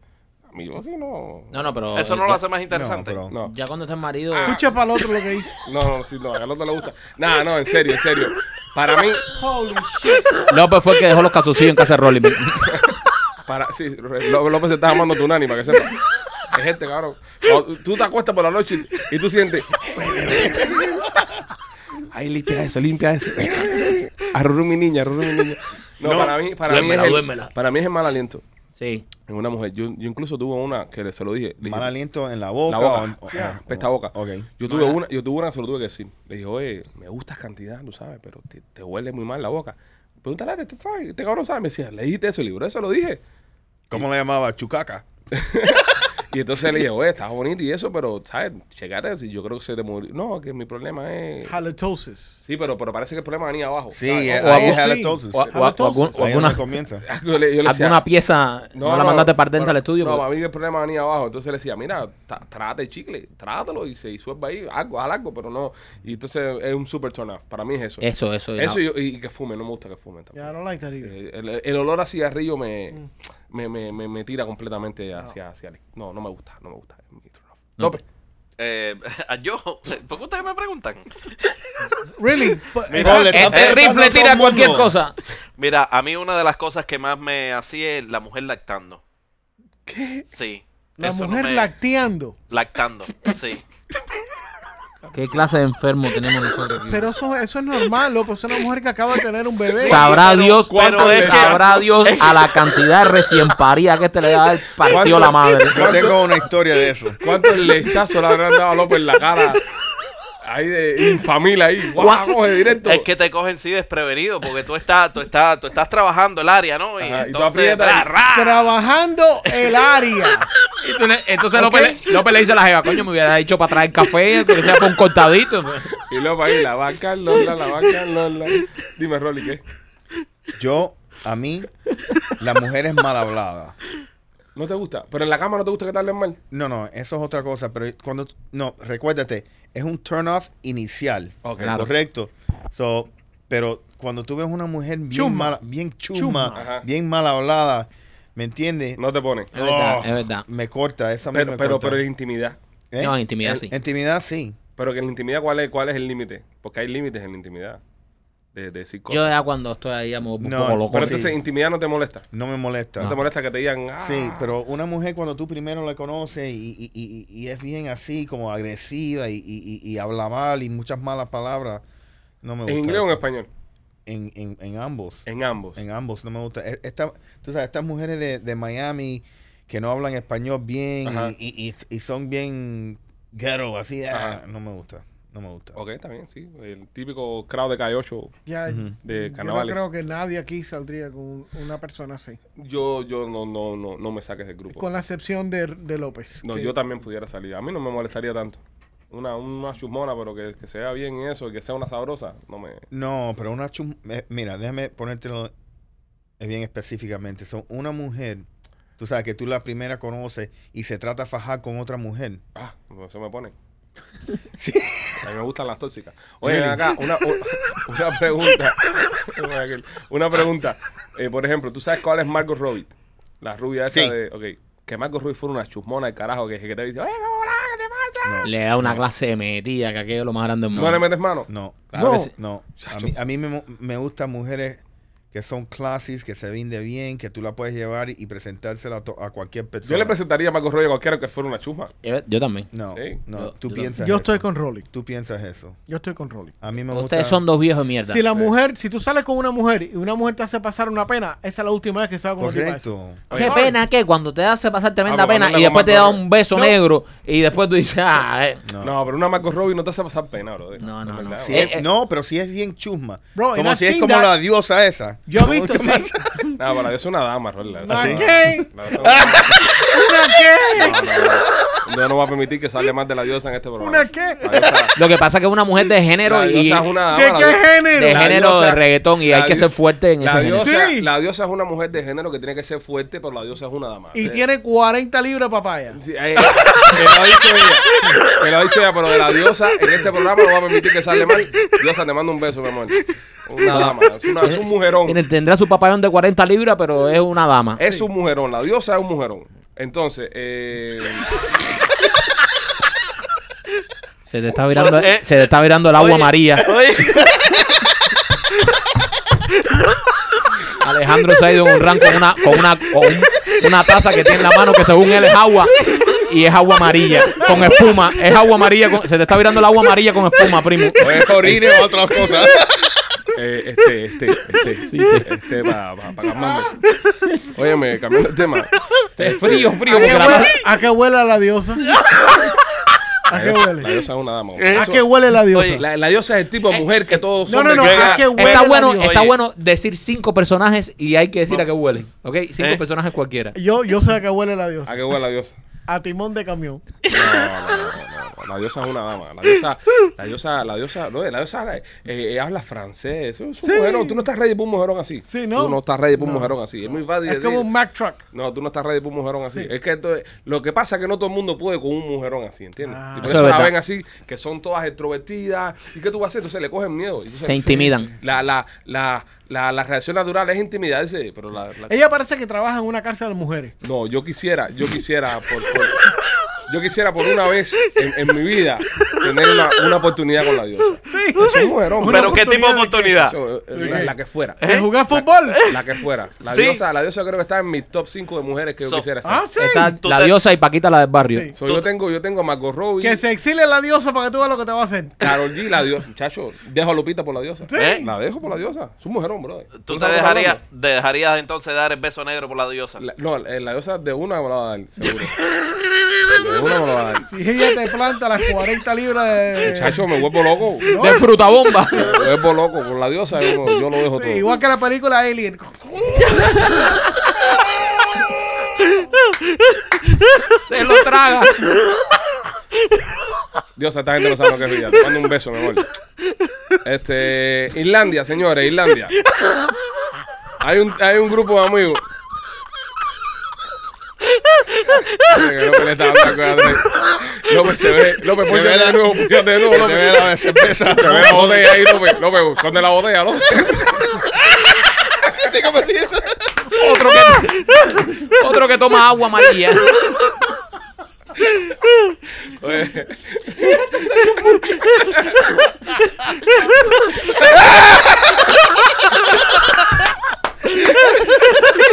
S1: Amigo, sí, no. Ah.
S2: No, no, pero.
S5: Eso no
S2: ya,
S5: lo hace más interesante.
S4: No, pero-
S1: No,
S2: Ya cuando está el marido.
S3: Escucha para el otro lo que dice.
S1: no, no, sí, no, al otro le gusta. Nada, no, en serio, en serio. Para mí,
S2: López fue el que dejó los calzoncillos en casa de Rolling.
S1: para, sí, Ló- López se está llamando tu nani, para que sepa. Es gente, cabrón. Cuando tú te acuestas por la noche y, y tú sientes. Ahí limpia eso, limpia eso. Arrurú mi niña, arrurú mi niña. No,
S4: No,
S1: para mí, para mí,
S2: duérmela,
S1: es el,
S2: duérmela.
S1: para mí es el mal aliento
S2: Sí.
S1: en una mujer. Yo, yo incluso tuve una que le- se lo dije. le dije,
S4: Mal aliento en la boca.
S1: La boca.
S4: o- o-
S1: Ya,
S4: o-
S1: pesta boca.
S4: Ok.
S1: Yo tuve una, yo tuve una que se lo tuve que decir. Le dije, oye, me gustas cantidad, tú sabes, pero te, te huele muy mal la boca. Pregúntale, a este, este sabe, este cabrón sabe. Me decía, le dijiste eso, libro, eso lo dije.
S4: ¿Cómo le llamaba? Chucaca.
S1: Y entonces le dije, oye, estás bonito y eso, pero, ¿sabes? Checate, si yo creo que se te murió. No, que mi problema es.
S3: Halitosis.
S1: Sí, pero, pero parece que el problema venía abajo.
S4: Sí,
S1: ¿sabes?
S4: eh,
S2: o
S4: ahí
S2: algo
S4: es
S3: así.
S4: halitosis.
S2: O, o- o algún- o
S4: Ahí es donde
S2: alguna,
S4: comienza.
S1: [LAUGHS] Yo le, yo le decía,
S2: alguna pieza. No, la mandaste para dentro
S1: pero-
S2: al estudio. pues.
S1: No,
S2: porque-
S1: para mí el problema venía abajo. Entonces le decía, mira, ta- trágate el chicle, trátalo y se disuelva ahí, algo, haz algo, pero no. Y entonces es un super turn off. Para mí es eso.
S2: Eso, eso.
S1: Eso
S2: no.
S1: y, y que fume, no me gusta que fume tampoco.
S3: Yeah, I don't like that either.
S1: Eh, El, el olor a cigarrillo me, me, me, me, me tira completamente hacia, hacia el- No, no me gusta, no me gusta. Es mi turn off.
S2: No.
S1: López,
S5: Eh, [LAUGHS] yo, ¿por qué ustedes me preguntan?
S3: Really? But-
S4: Mira, le están
S2: Este
S4: preguntando
S2: rifle
S4: a todo
S2: tira
S4: el
S2: cualquier
S4: mundo.
S2: cosa.
S5: Mira, a mí una de las cosas que más me hacía es la mujer lactando. ¿Qué? Sí.
S3: La
S5: Eso no
S3: mujer
S5: me-
S3: lacteando.
S5: lactando. Sí.
S2: ¿Qué clase de enfermo tenemos nosotros aquí?
S3: Pero eso, eso es normal, loco. Es una mujer que acaba de tener un bebé.
S2: Sabrá
S5: pero-
S2: Dios,
S5: pero
S2: cuánto-
S5: es que-
S2: sabrá Dios a la cantidad recién parida que este le da el partido a la madre.
S4: Yo tengo una historia de eso.
S1: ¿cuántos lechazos le habrán dado a López en la cara? Ahí de infamil
S5: [LAUGHS]
S1: ahí. ¡Guau! Coge directo.
S5: Es que te cogen sí desprevenido porque tú estás, tú estás, tú estás trabajando el área, ¿no? Y
S1: Ajá, y tú
S5: entonces,
S1: aprietas
S5: ra,
S1: y-
S5: ra.
S3: Trabajando el área.
S2: Y tú le- Entonces López, le, López le dice a la jeva, coño, me hubiera dicho para traer café, que sea fue un cortadito.
S1: Y luego ahí la vaca, Lola, la vaca, Lola. Dime, Rolly, ¿qué?
S4: Yo, a mí, la mujer es mal hablada.
S1: ¿No te gusta? ¿Pero en la cama no te gusta que te hablen mal?
S4: No, no, eso es otra cosa, pero cuando no, recuérdate, es un turn off inicial.
S1: Ok.
S2: Claro.
S4: Correcto. So, pero cuando tú ves una mujer bien
S3: Chuma.
S4: mala, bien chuma,
S3: Chuma.
S1: Ajá.
S4: bien mal hablada, ¿me entiendes?
S1: No te pones.
S2: Es verdad,
S4: Oh,
S2: es verdad.
S4: Me corta, esa a mí
S1: Pero,
S4: me
S1: pero,
S4: corta.
S1: pero en intimidad.
S4: ¿Eh?
S2: No, en intimidad sí.
S4: Intimidad sí.
S1: Pero que en la intimidad, ¿cuál es, cuál es el límite? Porque hay límites en la intimidad. De, de decir
S2: Yo
S1: cosas.
S2: ya cuando estoy ahí, ya me vuelvo un
S4: No,
S2: poco loco.
S1: pero
S4: sí.
S1: entonces, intimidad no te molesta.
S4: No me molesta.
S1: No, te molesta que te digan. "Ah".
S4: Sí, pero una mujer cuando tú primero la conoces y, y- y- y- y es bien así, como agresiva y, y- y- y habla mal y muchas malas palabras, no me gusta.
S1: ¿En inglés o en
S4: eso.
S1: español?
S4: En, en- en ambos.
S1: En ambos.
S4: En ambos, no me gusta. E- Esta, tú sabes, estas mujeres de, de Miami que no hablan español bien
S1: Ajá.
S4: y, y- y- y son bien ghetto, así, ah,
S1: Ajá.
S4: no me gusta. No me gusta.
S1: Ok, está bien, sí. El típico crowd de calle 8.
S3: Ya,
S1: De
S3: yo no
S1: carnavales.
S3: creo que nadie aquí saldría con una persona así.
S1: Yo, yo no, no, no, no me saques del grupo.
S3: Con la excepción de, de López.
S1: No,
S3: que-
S1: yo también pudiera salir. A mí no me molestaría tanto. una, una chusmona, pero que, que se vea bien y eso, y que sea una sabrosa, no me...
S4: No, pero una chum... eh, Mira, déjame ponértelo eh, bien específicamente. Son una mujer, tú sabes que tú la primera conoces y se trata de fajar con otra mujer.
S1: Ah, se me pone.
S4: [LAUGHS] Sí.
S1: A mí me gustan las tóxicas. Oye, ven acá, una, u- [LAUGHS] una pregunta. una pregunta. Eh, por ejemplo, ¿tú sabes cuál es Margot Robbie? La rubia esa
S4: Sí.
S1: de... Ok. Que Margot Robbie fuera una chusmona de carajo que, que te dice, "Oye, no, hola, ¿qué te pasa?
S4: No,
S2: Le da una clase de metida que aquello es lo más grande del
S1: ¿No,
S2: mundo.
S1: le metes mano?
S4: no,
S1: Claro que sí.
S4: no. A mí, a mí me, mo- me gustan mujeres que son clases, que se vende bien, que tú la puedes llevar y presentársela a, to- a cualquier persona.
S1: Yo le presentaría a Margot Robbie a cualquiera que fuera una chusma.
S2: Yo, yo también.
S4: No,
S1: Sí.
S4: no,
S2: Yo-
S4: tú
S2: yo
S4: piensas
S3: Yo
S4: eso.
S3: estoy con Rolly.
S4: Tú piensas eso.
S3: Yo estoy con Rolly.
S4: A mí me
S2: Ustedes
S4: gusta...
S2: son dos viejos de mierda.
S3: Si la mujer, si tú sales con una mujer y una mujer te hace pasar una pena, esa es la última vez que salgo con una tipa esa.
S4: Correcto.
S2: Qué
S1: Oye,
S2: pena que cuando te hace pasar tremenda
S1: Ah, pues,
S2: pena
S1: mándale
S2: y después te da
S1: con Marco
S2: un beso negro y después tú dices,
S1: [LAUGHS]
S2: ah, eh.
S1: No.
S4: No.
S1: pero una Margot Robbie no te hace pasar pena, bro.
S2: No, no, no.
S4: Si
S2: Eh,
S4: es-
S2: eh.
S4: no, pero si es bien chusma.
S3: Bro, and
S4: como
S3: I've
S4: si es
S3: seen
S4: como
S3: that.
S4: la diosa esa.
S3: Yo he visto,
S4: ¿Qué
S3: sí.
S4: pasa?
S1: No, para Dios es una dama, bro. La-
S4: ¿Ah,
S3: ¿Una
S1: la-
S3: qué?
S1: la- la- No, no, no. Yo no voy a permitir que salga más de la diosa en este programa.
S3: ¿Una qué?
S1: La diosa,
S2: lo que pasa es que una mujer de género
S1: la
S2: y
S1: diosa es una dama.
S3: ¿De
S1: la
S3: qué
S1: diosa-
S3: género?
S2: de
S1: la
S2: género
S1: diosa-
S2: de reggaetón y
S1: la
S2: hay que
S1: di-
S2: ser fuerte en ese
S1: La
S2: género.
S1: diosa,
S3: Sí.
S1: la diosa es una mujer de género que tiene que ser fuerte, pero la diosa es una dama.
S3: Y
S1: Sí.
S3: tiene 40 libras de papaya.
S1: Sí, eh, que lo ha dicho ella. Que lo ha dicho ella, pero de la diosa en este programa no va a permitir que salga mal. Diosa, te mando un beso, mi amor. Una dama. Es, una- es un mujerón. Eh.
S2: Tiene- Tendrá su papayón de 40 libras, pero es una dama.
S1: Es un mujerón, la diosa es un mujerón. Entonces, eh,
S2: Se te está virando,
S5: Eh.
S2: se te está virando el agua
S5: Oye.
S2: amarilla.
S5: [LAUGHS] Oye,
S2: Alejandro se ha ido en un ran con una, con una, con un- una taza que tiene en la mano que según él es agua y es agua amarilla con espuma. Es agua amarilla, con- se te está virando el agua amarilla con espuma, primo.
S4: O es orine o otras cosas.
S1: eh, este, este, este, este, para pa, pa calmarme. Óyeme, cambiando el tema. Este,
S2: Es frío, frío.
S3: ¿A
S2: Porque
S3: qué,
S2: la
S3: huele, ¿A qué huele la
S1: [LAUGHS]
S3: diosa? ¿A
S1: La
S3: Ah, qué
S1: diosa, la
S3: huele?
S1: diosa es una dama.
S3: ¿A
S1: Eso-
S3: qué huele la diosa?
S5: Oye,
S1: la, la diosa es el tipo de mujer que todos
S3: Eh, No,
S1: son
S3: no,
S1: de Ah, que-
S3: no. ¿A qué huele
S2: está
S3: la
S2: bueno,
S3: diosa?
S2: está
S5: Oye.
S2: bueno decir cinco personajes y hay que decir a qué huelen. ¿Ok? Cinco
S5: Eh.
S2: personajes cualquiera.
S3: Yo, yo sé a qué huele la
S1: ¿A
S3: diosa.
S1: ah, qué huele la diosa?
S3: A timón de camión.
S1: No, no, no, no, no. La diosa es una dama. La diosa, la diosa, la diosa, no, la diosa eh, eh, habla francés. Es un
S3: Sí.
S1: mujerón. Tú no estás ready para un mujerón así.
S3: Sí, ¿no?
S1: Tú no estás ready para un
S3: No.
S1: mujerón así. Es muy fácil
S3: Es
S1: decir.
S3: como un Mack Truck.
S1: No, tú no estás ready para un mujerón así.
S3: Sí.
S1: Es que esto es- lo que pasa es que no todo el mundo puede con un mujerón así, ¿entiendes?
S3: Ah.
S1: Y por
S2: Eso
S1: eso,
S2: es
S1: la
S2: verdad.
S1: ven así, que son todas extrovertidas. ¿Y qué tú vas a hacer? Entonces le cogen miedo. Y entonces-
S2: Se intimidan.
S1: La, la, la, la, la reacción natural es intimidarse, pero la, la-
S3: Ella parece que trabaja en una cárcel de mujeres.
S1: No, yo quisiera, yo quisiera por, por- yo quisiera por una vez en, en mi vida tener una, una oportunidad con la diosa.
S3: [LAUGHS] Sí.
S1: Eso es un mujerón.
S3: Una
S5: pero qué tipo de
S3: oportunidad
S5: oportunidad.
S1: Eso, eh, la, la que fuera.
S3: ¿De jugar
S1: [LAUGHS]
S3: fútbol?
S1: La que fuera. La
S5: Sí.
S1: diosa, la diosa creo que está en mi top 5 de mujeres que yo
S5: So-
S1: quisiera estar.
S3: Ah, sí.
S2: Está
S5: tú
S2: la
S5: te-
S2: diosa y Paquita la del barrio.
S3: Sí.
S1: So, yo tengo, yo tengo a Margot Robbie.
S3: Que se exile la diosa para que tú veas lo que te va a hacer.
S1: Carol G, la diosa. Muchacho, dejo a Lupita por la diosa.
S5: ¿Eh?
S1: La dejo por la diosa. Es un mujerón, brother.
S5: ¿Tú te
S1: sabes lo que
S5: dejarías,
S1: hablando?
S5: te dejarías entonces dar el beso negro por la diosa?
S1: La- no, eh, la diosa de una me la va a dar, seguro. De una me la va a dar.
S3: Si ella te planta las 40 libras de...
S1: Muchacho, me vuelvo loco.
S2: De frutabomba.
S1: Me vuelvo loco con la diosa, yo, yo lo dejo
S3: Sí,
S1: todo.
S3: igual que la
S1: [LAUGHS]
S3: película Alien.
S2: Se lo traga.
S1: Diosa, esta gente no sabe lo que es vida. Te mando un beso, mi amor. Este, Islandia, señores, Islandia. Hay un, hay un grupo de amigos. López le está hablando con Andrés. López se ve. López,
S4: Se
S1: ponte
S4: ve
S1: de
S4: la-
S1: nuevo, ponte de
S4: Se
S1: nuevo,
S4: te
S1: López.
S4: ve la cerveza.
S1: Se ve la botella ahí, López. López, esconde la botella,
S4: [LAUGHS]
S1: López.
S2: Otro que, otro que toma agua amarilla.
S1: Oye.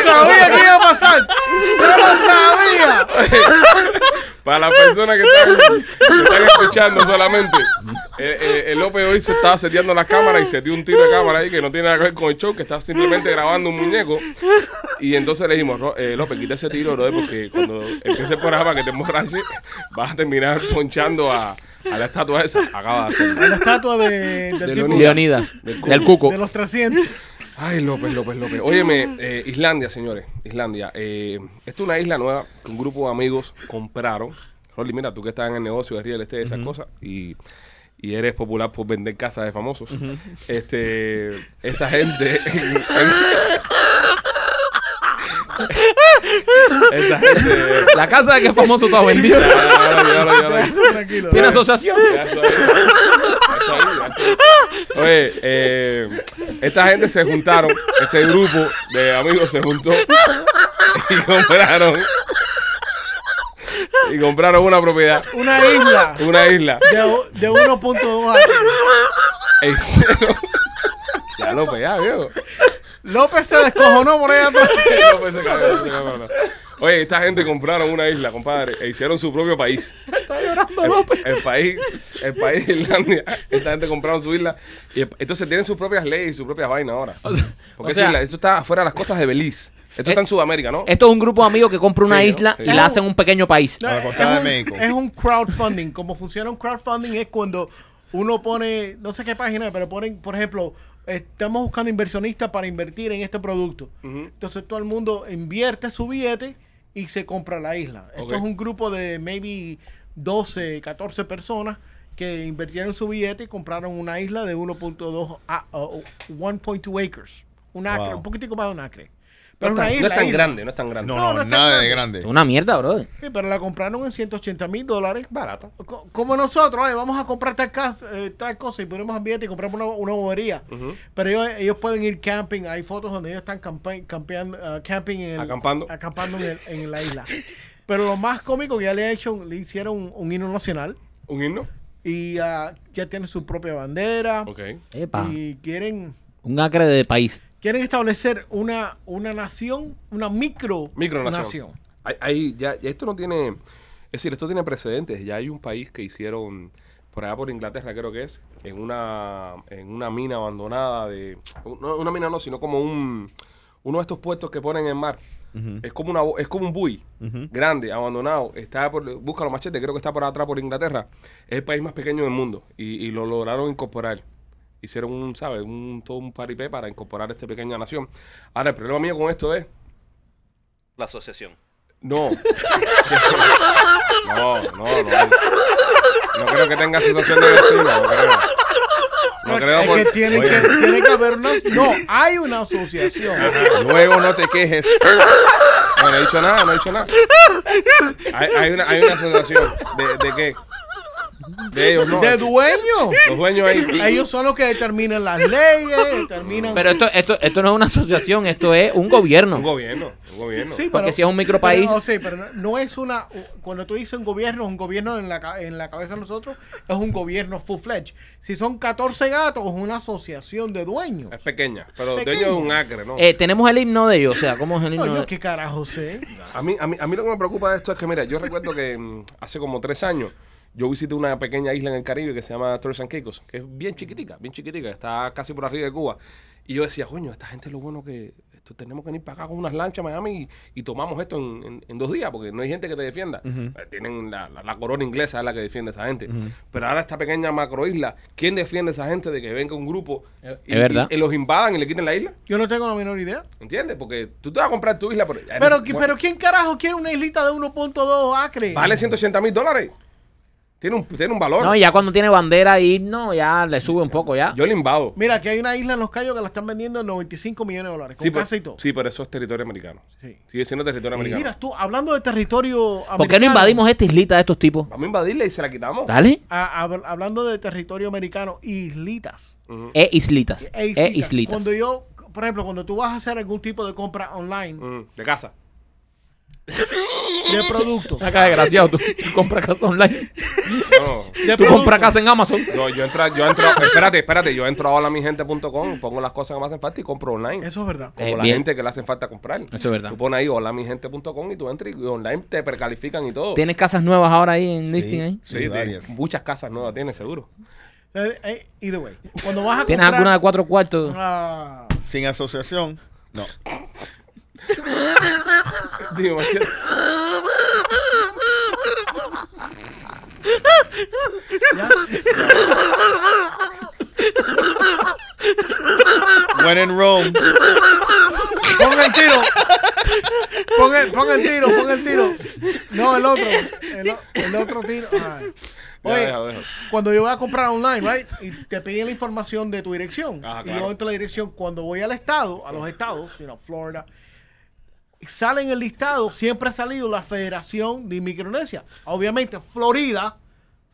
S3: Sabía que iba a pasar. Yo lo sabía.
S1: Para las personas que están, que están escuchando solamente, eh, eh, el López hoy se estaba seteando la cámara y se dio un tiro de cámara ahí que no tiene nada que ver con el show, que está simplemente grabando un muñeco. Y entonces le dijimos, "Ro- eh, López, quita ese tiro, brother, porque cuando empiece el programa que te emborrache, vas a terminar ponchando a, a la estatua esa. Acaba de hacerlo.
S3: La estatua de, del
S1: De
S3: tipo
S2: Leonidas. Del cuco.
S3: de los 300.
S1: Ay, López, López, López. Óyeme, eh, Islandia, señores. Islandia. eh, esta es una isla nueva que un grupo de amigos compraron. Rolly, mira, tú que estás en el negocio de real estate, esas cosas, y, y eres popular por vender casas de famosos. Este, esta gente... esta gente...
S2: La casa de que es famoso todo vendido.
S1: Ya, ya, ya, ya, ya, ya.
S3: Tranquilo.
S2: Tiene asociación.
S1: Ya, eso ahí, eso ahí, ya, eso ahí. Oye, eh, esta gente se juntaron, este grupo de amigos se juntó y compraron y compraron una propiedad,
S3: Una isla
S1: una isla.
S3: de, de 1.2 acres.
S1: e hicieron- Ya lo ya, viejo.
S3: López se descojonó por allá atrás.
S1: No pensé que había sido, no, no. Oye, esta gente compraron una isla, compadre, e hicieron su propio país. El- El, país, el país de Islandia. Esta gente compraron su isla. Y el- entonces tienen sus propias leyes y sus propias vainas ahora. Porque
S2: o sea-
S1: esa
S2: eh,
S1: isla- esto está afuera de las costas de Belice. Esto está en Sudamérica, ¿no?
S2: Esto es un grupo de amigos que compra una
S1: Sí, ¿no?
S2: isla
S1: Sí.
S2: y la hacen un pequeño país.
S4: A la
S3: es
S4: costada de
S3: un,
S4: México.
S3: es un crowdfunding. Como funciona un crowdfunding es cuando uno pone, no sé qué página, pero ponen, por ejemplo, estamos buscando inversionistas para invertir en este producto. Entonces todo el mundo invierte su billete y se compra la isla.
S1: Ok.
S3: Esto es un grupo de maybe 12, 14 personas que invirtieron su billete y compraron una isla de 1.2 a- o 1.2 acres. Un acre,
S4: Wow.
S3: un poquitico más de un acre.
S1: No
S3: Pero
S1: es
S3: una
S1: tan,
S3: isla,
S1: no es tan
S3: isla.
S1: grande, no es tan grande.
S4: No,
S1: No.
S4: no,
S3: no está
S4: nada de
S2: Es
S4: grande.
S2: una mierda, bro.
S3: Sí, pero la compraron en 180 mil dólares. Barata. Como nosotros, ay, vamos a comprar tal, cas- eh, tal cosa y ponemos ambiente y compramos una, una bobería. Pero ellos, ellos pueden ir camping. Hay fotos donde ellos están campe- campeando, ah, camping en el-
S1: Acampando.
S3: acampando en, el- en la isla. Pero lo más cómico que ya le, ha hecho, le hicieron un, himno nacional
S1: ¿Un himno?
S3: y ah, ya tienen su propia bandera.
S1: Ok.
S2: Epa,
S3: Y quieren,
S2: un acre de país.
S3: quieren establecer una, una nación, una micro,
S1: Micronación.
S3: nación.
S1: Hay, hay- ya, ya esto no tiene... Es decir, esto tiene precedentes. Ya hay un país que hicieron, por allá por Inglaterra creo que es, en una, en una mina abandonada de... No, una mina no, sino como un... Uno de estos puestos que ponen en mar. Es como una bo- es como un buey grande, abandonado. Está por, búscalo machete, creo que está por atrás por Inglaterra. Es el país más pequeño del mundo. Y, y lo lograron incorporar. Hicieron un, ¿sabes? Un, todo un paripé para incorporar esta pequeña nación. Ahora, el problema mío con esto es
S5: La asociación.
S1: no. no, no, no. No creo que tenga situación de vecino, no creo. No creo
S3: Es que
S1: por...
S3: tiene que, tiene que haber una. No, hay una asociación.
S4: Luego no te quejes.
S1: No, no he dicho nada, no he dicho nada. Hay, hay una, hay una asociación. ¿De, ¿De qué? De ellos, no.
S3: De dueño.
S1: Los dueños ahí.
S3: Ellos son los que determinan las leyes, determinan.
S2: Pero esto, esto, esto no es una asociación, esto es un gobierno.
S1: Un gobierno, un gobierno.
S3: Sí,
S2: porque
S3: pero-
S2: si es un micropaís-
S3: pero, o sea, pero no, no es una. Cuando tú dices un gobierno, es un gobierno en la, ca- en la cabeza de nosotros, es un gobierno full-fledged. Si son 14 gatos, es una asociación de dueños.
S1: Es pequeña, pero
S3: Pequeña.
S1: dueño de un acre, ¿no?
S2: Eh, tenemos el himno de ellos, o sea, ¿cómo es el himno?
S3: Oye,
S2: de-
S3: qué carajo sé.
S1: A mí, a, mí, a mí lo que me preocupa de esto es que, mira, yo recuerdo que mm, hace como tres años yo visité una pequeña isla en el Caribe que se llama Torres and Caicos, que es bien chiquitica, bien chiquitica, está casi por arriba de Cuba. Y yo decía, coño, esta gente lo bueno que esto, tenemos que ir para acá con unas lanchas a Miami y, y tomamos esto en, en- en dos días, porque no hay gente que te defienda. Eh, Tienen la, la- la corona inglesa es la que defiende a esa gente. Pero ahora esta pequeña macroisla, ¿quién defiende a esa gente de que venga un grupo y,
S2: es verdad.
S1: y- y los invadan y le quiten la isla?
S3: Yo no tengo la menor idea.
S1: ¿Entiendes? Porque tú te vas a comprar tu isla, pero...
S3: Pero, ¿qui-
S1: Bueno,
S3: pero ¿quién carajo quiere una islita de 1.2 acres?
S1: Vale 180 mil dólares. Tiene un, tiene un valor.
S2: No, ya cuando tiene bandera y himno, ya le sube un poco, ya.
S1: Yo le invado.
S3: Mira, que hay una isla en Los Cayos que la están vendiendo en 95 millones de dólares. Con
S1: Sí,
S2: pues.
S1: pero,
S3: casa y todo.
S1: sí, pero eso es territorio americano.
S3: Sí.
S1: Sigue siendo territorio
S3: Y
S1: americano.
S3: mira, tú, hablando de territorio americano.
S2: ¿Por qué no invadimos esta islita de estos tipos?
S1: Vamos a invadirla y se la quitamos.
S2: Dale.
S3: a- hab- hablando de territorio americano, islitas.
S1: Ujú.
S2: E islitas.
S3: E
S2: E
S3: islitas.
S2: islitas.
S3: Cuando yo, por ejemplo, cuando tú vas a hacer algún tipo de compra
S2: Mm.
S3: online
S1: Ujú. Mm, De casa.
S2: [LAUGHS]
S3: de productos.
S2: Acá desgraciado,
S3: [LAUGHS]
S2: tú, [LAUGHS] tú compras casa online.
S1: No.
S3: de
S2: Tú compras
S3: productos,
S2: casa en Amazon.
S1: No, yo entro, yo entro, espérate, espérate, yo entro ahora a holamigente.com, pongo las cosas que me hacen falta y compro online.
S3: Eso es verdad.
S1: Como
S2: Eh,
S1: la
S2: bien.
S1: gente que le hacen falta comprar.
S2: Eso es verdad.
S1: Tú pones ahí holamigente.com y tú entras y online te precalifican y todo.
S2: Tienes casas nuevas ahora ahí en listing ahí.
S4: Sí,
S1: Sí,
S4: sí,
S1: tiene
S4: varias.
S1: muchas casas nuevas tienes, seguro.
S3: O sea, eh, Either way. Cuando vas a
S2: ¿Tienes
S3: comprar,
S2: alguna de cuatro cuartos?
S3: ah,
S4: Sin asociación. No.
S1: Digo, machete.
S4: When in Rome.
S3: Pon el tiro. Pon el, pon el tiro, pon el tiro. No, el otro. el, o- el otro tiro. ay.
S1: Ya,
S3: Oye,
S1: deja, deja.
S3: cuando yo voy a comprar online, right, y te piden la información de tu dirección,
S1: Ajá,
S3: y yo
S1: claro.
S3: entro a la dirección, cuando voy al estado, a los estados, you know, Florida, sale en el listado, siempre ha salido la Federación de Micronesia. Obviamente, Florida,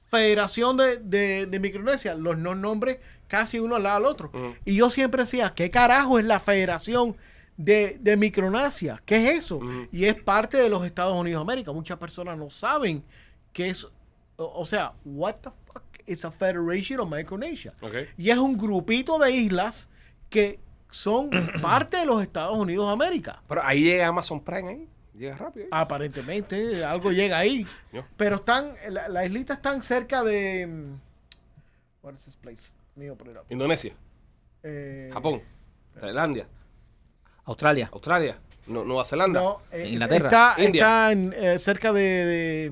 S3: Federación de, de- de Micronesia, los no nombres casi uno al lado del otro. Y yo siempre decía, ¿qué carajo es la Federación de, de Micronesia? ¿Qué es eso? Y es parte de los Estados Unidos de América. Muchas personas no saben qué es, o, o sea, what the fuck is a Federation of Micronesia?
S1: Ok.
S3: Y es un grupito de islas que son parte de los Estados Unidos de América.
S1: Pero ahí llega Amazon Prime, ¿eh? Llega rápido. ¿eh?
S3: Ah. Aparentemente, algo llega ahí.
S1: Yo.
S3: Pero están, la, la islita están cerca de. mm, What is this place? Let me open it up.
S1: Indonesia,
S3: Eh,
S1: Japón, Tailandia,
S2: Australia.
S1: Australia, Nu- Nueva Zelanda.
S3: No, eh,
S2: Inglaterra.
S3: Está,
S1: India.
S3: está en, eh, cerca de, de,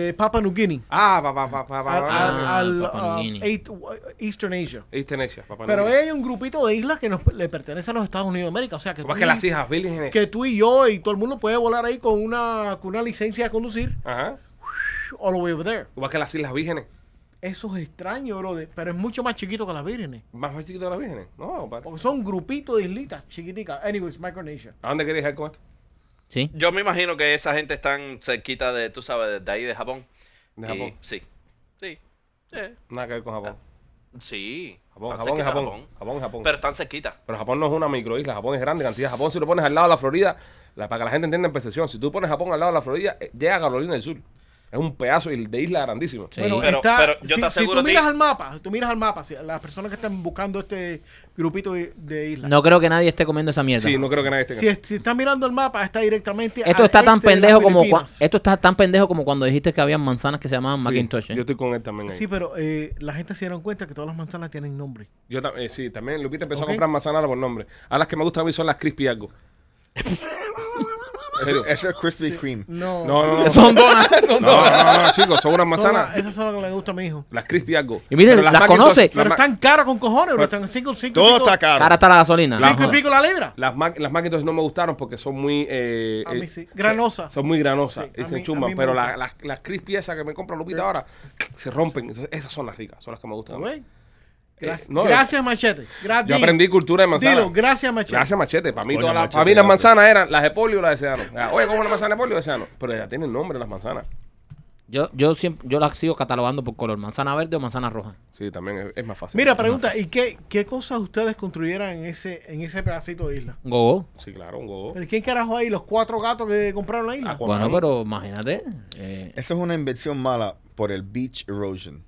S3: de Papua New Guinea.
S1: Ah, pa, pa, pa, pa, pa,
S3: Al,
S1: pa.
S2: ah,
S3: al- al,
S2: Papua New
S3: um,
S2: Guinea.
S3: eight- Eastern Asia.
S1: Indonesia, papá.
S3: Pero
S1: Noel.
S3: hay un grupito de islas que nos, le pertenece a los Estados Unidos de América. O sea, que,
S1: Como
S3: tú
S1: es que
S3: y-
S1: las hijas vírgenes.
S3: que tú y yo y todo el mundo puede volar ahí con una, con una licencia de conducir
S1: Ajá.
S3: all the way over there.
S1: Igual que las Islas Vírgenes.
S3: Eso es extraño, bro. Pero es mucho más chiquito que eh. las vírgenes.
S1: Más más chiquito de las vírgenes. No, padre.
S3: Porque son grupitos de islitas chiquiticas. Anyways, Micronesia.
S1: ¿A dónde querías ir con esto?
S2: Sí.
S5: Yo me imagino que esa gente están cerquita de, tú sabes, de ahí de Japón.
S1: De
S5: Y-
S1: Japón.
S5: sí. Sí. Eh,
S1: Nada que ver con Japón.
S5: sí.
S1: Japón, Japón
S5: Están
S1: es
S5: cerquita de
S1: Japón. Japón es Japón.
S5: Pero están cerquita.
S1: Pero Japón no es una microisla, Japón es grande cantidad. Japón, si lo pones al lado de la Florida, la- para que la gente entienda en percepción, si tú pones Japón al lado de la Florida, eh, llega a Carolina del Sur. Es un pedazo de de isla grandísimo.
S2: Sí.
S3: Bueno,
S5: Pero-
S3: está-
S5: pero
S3: si,
S5: yo te
S3: si
S5: aseguro a
S3: tú
S5: ti-
S3: miras al mapa, si tú miras al mapa, si- las personas que están buscando este grupito de, de islas.
S2: No creo que nadie esté comiendo esa mierda.
S1: Sí, no creo que nadie esté.
S3: Si, es- si están mirando el mapa, está directamente.
S2: Esto
S3: al
S2: está tan
S3: este de las
S2: pendejo como cua-
S3: Filipinas.
S2: esto está tan pendejo como cuando dijiste que había manzanas que se llamaban
S1: Sí,
S2: Macintosh. ¿eh?
S1: Yo estoy con él también. ahí.
S3: Sí, pero eh, la gente se dieron cuenta que todas las manzanas tienen nombre.
S1: Yo tam- eh, sí, también Lupita empezó a
S3: Ok.
S1: comprar manzanas ahora por nombre. A las que me gustan a mí son las crispy
S3: [LAUGHS]
S1: algo. ¿En serio?
S4: Eso, eso es Krispy Kreme.
S3: No.
S1: No, no, no. No,
S2: Son
S3: [LAUGHS]
S2: donas.
S1: no, no, no, chicos, son unas
S3: Son las-
S1: manzanas.
S3: esas son las que le gusta a mi hijo.
S1: Las crispy algo.
S2: Y miren,
S1: Pero
S2: las
S1: Macintosh-
S2: conoce.
S1: Las,
S3: Pero
S1: ma-
S3: están caras con cojones, bro. Están cinco, cinco,
S4: Todo
S3: cinco-
S4: está caro.
S2: Ahora está la gasolina.
S1: La-
S3: cinco y pico la libra.
S1: las, ma- las Macintosh no me gustaron porque son muy... eh,
S3: A mí
S1: eh,
S3: sí. Granosa.
S1: Son muy granosas
S3: Sí, a
S1: y se
S3: mí- a mí
S1: enchuman,
S3: me
S1: pero la-
S3: gustan.
S1: las, las crispy esas que me compra Lupita ahora se rompen. Entonces, esas son las ricas, son las que me gustan. a mí.
S3: Güey. Gracias,
S1: no,
S3: gracias, Machete. Gra-
S1: Yo
S3: di-
S1: aprendí cultura de manzana.
S3: Dilo, gracias, Machete.
S1: Gracias, Machete. Para mí,
S4: Coño,
S1: todas las-
S4: Machete,
S1: para mí las
S4: gracias.
S1: manzanas eran las de polio y las de Sedano. Ah, Oye, ¿cómo una manzana de polio y de Sedano? Pero ya tienen nombre las manzanas.
S2: Yo, yo siempre, yo las sigo catalogando por color, manzana verde o manzana roja.
S1: Sí, también es, es más fácil.
S3: Mira, pregunta, ¿y qué, qué cosas ustedes construyeran en ese, en ese pedacito de isla?
S2: Gogo.
S1: Sí, claro, un gogo.
S3: ¿Pero quién carajo ahí? ¿Los cuatro gatos que compraron la isla?
S1: Ah, cu-
S2: Bueno,
S1: Guau.
S2: pero imagínate. eh,
S4: Eso es una inversión mala por el beach erosion.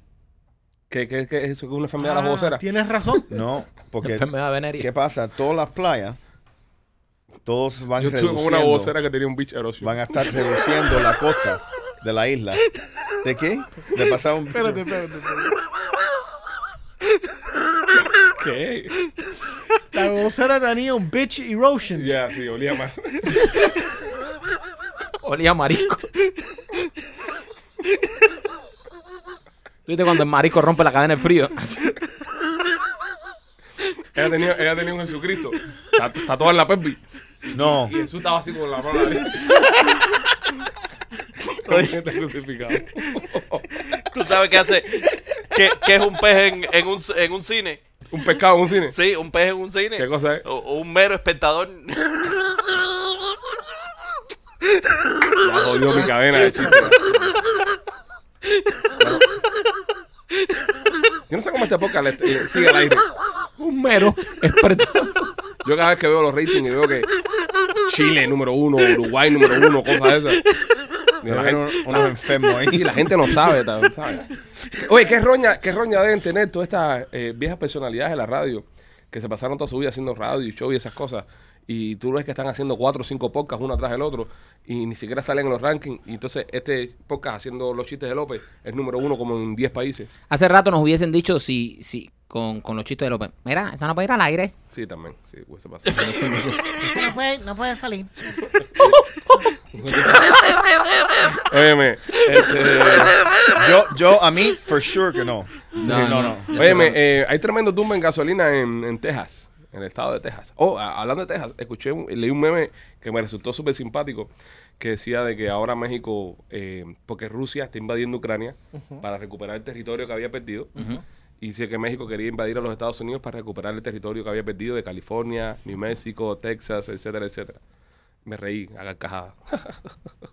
S1: ¿Qué, qué, qué es eso que es una
S3: Ah,
S1: enfermedad de las voceras?
S3: Tienes
S1: [LAUGHS]
S3: razón.
S4: No, porque
S2: enfermedad
S4: ¿qué
S2: venérea.
S4: pasa? Todas las playas, todos van
S1: Yo estuve con una
S4: reduciendo-
S1: vocera que tenía un beach erosion.
S4: van a estar reduciendo la costa de la isla. ¿De qué? De pasar un
S3: espérate, espérate, espérate.
S1: ¿Qué?
S3: La vocera tenía un bitch erosion.
S1: Ya, sí, olía mal.
S2: [LAUGHS] Olía a marisco. ¿Tú viste cuando el marisco rompe la cadena de frío? [LAUGHS]
S1: ella, tenía, ella tenía un Jesucristo. tat- Tatuado en la E perpi.
S4: No,
S1: Y Jesús estaba así con la mano [LAUGHS] ahí. Está este crucificado.
S5: ¿Tú sabes qué hace? ¿Qué, qué es un pez en, en un, en un cine?
S1: Un pescado en un cine.
S5: Sí, un pez en un cine.
S1: ¿Qué cosa es?
S5: O- o un mero espectador.
S1: Ya jodió mi cadena de chiste. Yo no sé cómo este podcast le- eh, sigue al aire.
S2: Un mero experto.
S1: Yo cada vez que veo los ratings y veo que Chile número uno, Uruguay número uno, cosas de esas. Digo, la
S4: debe haber
S1: gente,
S4: un- unos enfermos
S1: [LAUGHS] y
S4: ahí.
S1: la gente no sabe, tal- ¿sabes? Oye, ¿qué roña, qué roña deben tener todas estas eh, viejas personalidades de la radio que se pasaron toda su vida haciendo radio y show y esas cosas? Y tú ves que están haciendo cuatro o cinco podcasts uno atrás del otro y ni siquiera salen en los rankings. Y entonces este podcast haciendo los chistes de López es número uno como en 10 países.
S2: Hace rato nos hubiesen dicho si, si, con, con los chistes de López. Mira, esa no puede ir al aire.
S1: Sí, también. Sí, pues se pasa.
S3: No puede, no puede salir.
S1: Óyeme, este,
S4: Yo, yo, a mí, for sure que no. Sí,
S2: No,
S4: no,
S2: no.
S4: no.
S1: eh, óyeme, eh, hay tremendo tumba en gasolina en, en Texas. en el estado de Texas. Oh, a- hablando de Texas, escuché, un- leí un meme que me resultó súper simpático que decía de que ahora México, eh, porque Rusia está invadiendo Ucrania para recuperar el territorio que había perdido, y dice que México quería invadir a los Estados Unidos para recuperar el territorio que había perdido de California, New México, Texas, etcétera, etcétera. Me reí a carcajadas. [LAUGHS]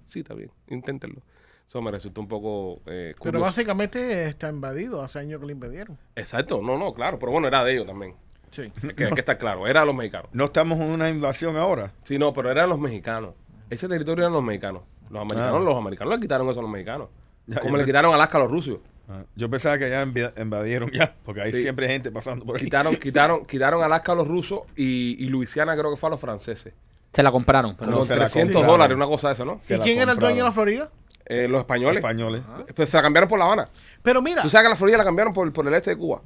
S1: sí, está bien, inténtenlo. Eso me resultó un poco eh,
S3: Pero
S1: curioso.
S3: básicamente está invadido, hace años que lo invadieron.
S1: Exacto, no, no, claro, pero bueno, era de ellos también.
S3: Sí.
S1: Hay [LAUGHS] que, hay que estar claro, era de los mexicanos.
S4: No estamos en una invasión ahora.
S1: Sí, no, pero eran los mexicanos. Ese territorio eran los mexicanos. Los americanos,
S4: Ah.
S1: los americanos le quitaron eso a los mexicanos.
S4: Ya,
S1: Como
S4: ya
S1: le
S4: me-
S1: quitaron Alaska a los
S4: [LAUGHS]
S1: rusos.
S4: Ah, Yo pensaba que ya envi- invadieron ya, porque hay
S1: Sí.
S4: siempre gente pasando por aquí.
S1: Quitaron, quitaron, quitaron Alaska a los rusos y, y Luisiana creo que fue a los franceses.
S2: Se la compraron. Pero
S1: Como
S4: No,
S1: con
S4: se la
S1: 300
S4: compraron.
S1: dólares, una cosa de eso, ¿no?
S4: Se
S3: ¿Y
S4: la
S3: quién era el dueño de la
S4: compraron.
S3: Florida?
S1: Eh, los españoles.
S4: Españoles.
S1: Pues se la cambiaron por La Habana.
S3: Pero mira,
S1: Tú sabes que la Florida la cambiaron por, por el este de Cuba.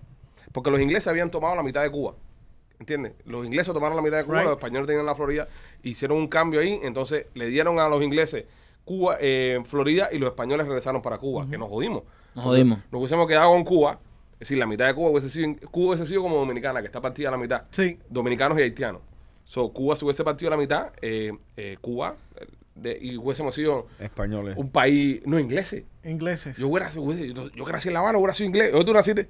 S1: Porque los ingleses habían tomado la mitad de Cuba. ¿Entiendes? Los ingleses tomaron la mitad de Cuba,
S3: Right.
S1: los españoles tenían la Florida, hicieron un cambio ahí, entonces le dieron a los ingleses Cuba, eh, Florida y los españoles regresaron para Cuba, que nos jodimos.
S2: Nos jodimos.
S1: Nos hubiésemos quedado con Cuba, es decir, la mitad de Cuba hubiese sido, Cuba hubiese sido como Dominicana, que está partida a la mitad.
S3: Sí.
S1: Dominicanos y haitianos. So, Cuba se hubiese partido a la mitad, eh, eh, Cuba, eh, de- y hubiésemos sido
S4: Españoles.
S1: un país, no ingleses.
S3: ingleses.
S1: Yo hubiera sido, yo, yo que nací en La Habana, hubiera sido inglés. ¿Dónde tú naciste?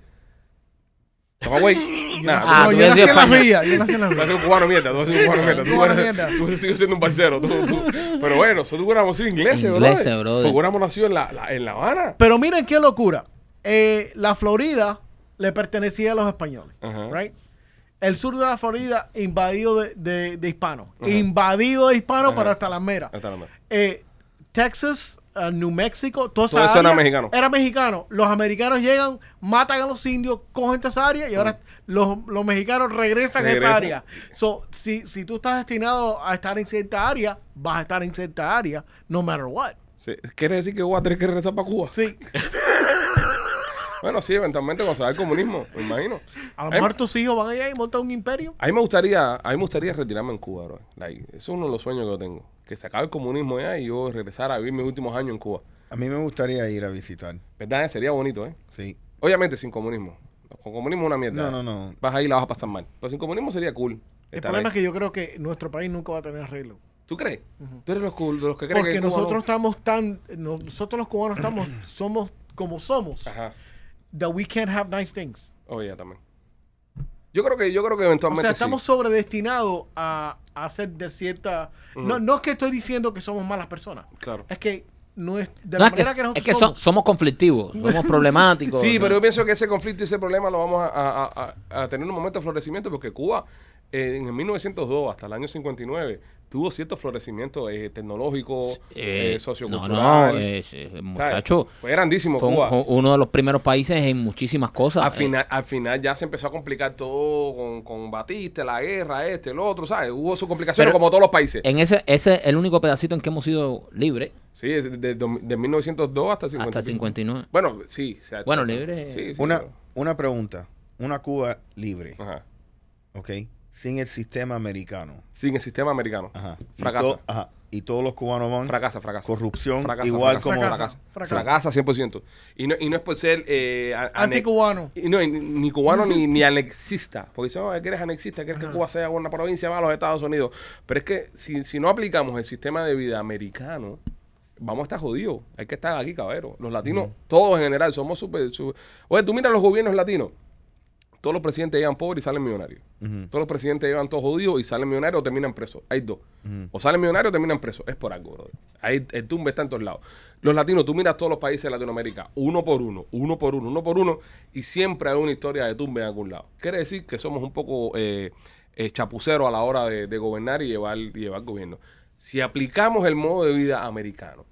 S1: Toma, güey.
S2: Ah,
S1: Nah,
S3: no,
S2: tú
S3: yo nací
S2: decías
S3: en la
S2: español.
S3: villa, yo nací en la
S1: tú eres
S3: villa.
S1: un cubano mierda, tú eres un cubano mierda. Tú,
S3: Cubano
S1: hubieras-
S3: mierda.
S1: tú hubieras sido siendo un parcero. Tú, tú. Pero bueno, nosotros hubiéramos sido ingleses,
S2: Ingleses,
S1: brother.
S2: brother.
S1: Porque hubiéramos nacido en La, la- en la Habana.
S3: Pero miren qué locura. Eh, la Florida le pertenecía a los españoles.
S1: Ajá.
S3: right? El sur de la Florida invadido de, de- de hispanos. Invadido de hispanos
S1: Ajá.
S3: para hasta las meras.
S1: Hasta la madre.
S3: Eh, Texas, eh, New Mexico, toda esa
S1: Todo eso era
S3: área
S1: mexicano.
S3: era mexicano. Los americanos llegan, matan a los indios, cogen toda esa área y ahora los, los mexicanos regresan a
S1: Regresan.
S3: esa área. So, si, si tú estás destinado a estar en cierta área, vas a estar en cierta área, no matter what.
S1: Sí. ¿Quiere decir que voy a tener que regresar para Cuba?
S3: Sí,
S1: Bueno, sí, eventualmente cuando se va el comunismo, me imagino.
S3: a lo
S1: Ay,
S3: mejor tus hijos van allá y montan un imperio.
S1: A mí me gustaría, a mí me gustaría retirarme en Cuba, bro. Like, eso es uno de los sueños que yo tengo. Que se acabe el comunismo ya y yo regresar a vivir mis últimos años en Cuba.
S4: A mí me gustaría ir a visitar.
S1: ¿Verdad? Sería bonito, ¿eh?
S4: Sí.
S1: Obviamente sin comunismo. Con comunismo es una mierda.
S4: No, no, no.
S1: Vas ahí y la vas a pasar mal. Pero sin comunismo sería cool.
S3: El
S1: estar
S3: problema
S1: ahí.
S3: es que yo creo que nuestro país nunca va a tener arreglo.
S1: ¿Tú crees? Tú eres los, cool, de los que creen
S3: Porque
S1: que Cuba no-
S3: nosotros estamos tan, nosotros los cubanos estamos, [CLEARS THROAT] somos como somos,
S1: Ajá.
S3: that we can't have nice things.
S1: Oye, también. Yo creo que, yo creo que
S3: O
S1: eventualmente
S3: sea, estamos
S1: sí.
S3: sobredestinados a, a hacer de cierta... No, no es que estoy diciendo que somos malas personas.
S1: Claro.
S3: Es que no es... De
S2: No,
S3: la
S2: es que,
S3: manera que,
S2: es
S3: nosotros
S2: que so-
S3: somos...
S2: somos. conflictivos, somos problemáticos.
S1: [LAUGHS] Sí,
S2: ¿no?
S1: pero yo pienso que ese conflicto y ese problema lo vamos a, a- a- a tener un momento de florecimiento porque Cuba eh, en el 1902 hasta el año 59 tuvo cierto florecimiento eh, tecnológico,
S2: Eh,
S1: eh, sociocultural.
S2: No, no, es- es-
S1: ¿sabes?
S2: muchacho.
S1: Fue grandísimo
S2: Fue, un-
S1: Cuba.
S2: fue uno de los primeros países en muchísimas cosas.
S1: Al final, al final ya se empezó a complicar todo con, con Batista, la guerra, este, el otro, ¿sabes? Hubo sus complicaciones
S2: Pero-
S1: como todos los países.
S2: Eh, en ese, ese es el único pedacito en que hemos sido libres
S1: Sí, desde de, de- de 1902 hasta 50.
S2: hasta 59.
S1: Bueno, sí. o sea,
S2: Bueno,
S1: o sea,
S2: libre-
S1: sí, sí,
S4: Una,
S1: pero-
S4: una pregunta. Una Cuba libre,
S1: ajá.
S4: ¿ok? Sin el sistema americano.
S1: Sin el sistema americano.
S4: Ajá. Y
S1: Fracasa.
S4: to- ajá. Y todos los cubanos van.
S1: Fracasa, fracasa.
S4: Corrupción,
S1: Fracasa,
S4: igual
S1: fracasa,
S4: como.
S1: Fracasa,
S3: Fracasa.
S1: fracasa 100%. Y no, y no es por ser... Eh, a- ane-
S3: Anticubano.
S1: y no, y ni- ni cubano ni, ni anexista. Porque dicen, "Oh, que eres anexista, quieres que Cuba sea una provincia más los Estados Unidos. Pero es que si, si no aplicamos el sistema de vida americano, vamos a estar jodidos. Hay que estar aquí, caballero. Los latinos, todos en general, somos súper... súper- Oye, tú mira los gobiernos latinos. Todos los presidentes llegan pobres y salen millonarios.
S4: Ujú.
S1: Todos los presidentes llevan todos jodidos y salen millonarios o terminan presos. Hay dos. O salen millonarios o terminan presos. Es por algo, brother. Ahí el tumbe está en todos lados. Los latinos, tú miras todos los países de Latinoamérica, uno por uno, uno por uno, uno por uno, y siempre hay una historia de tumbe en algún lado. Quiere decir que somos un poco eh, eh, chapuceros a la hora de, de gobernar y llevar, y llevar gobierno. Si aplicamos el modo de vida americano,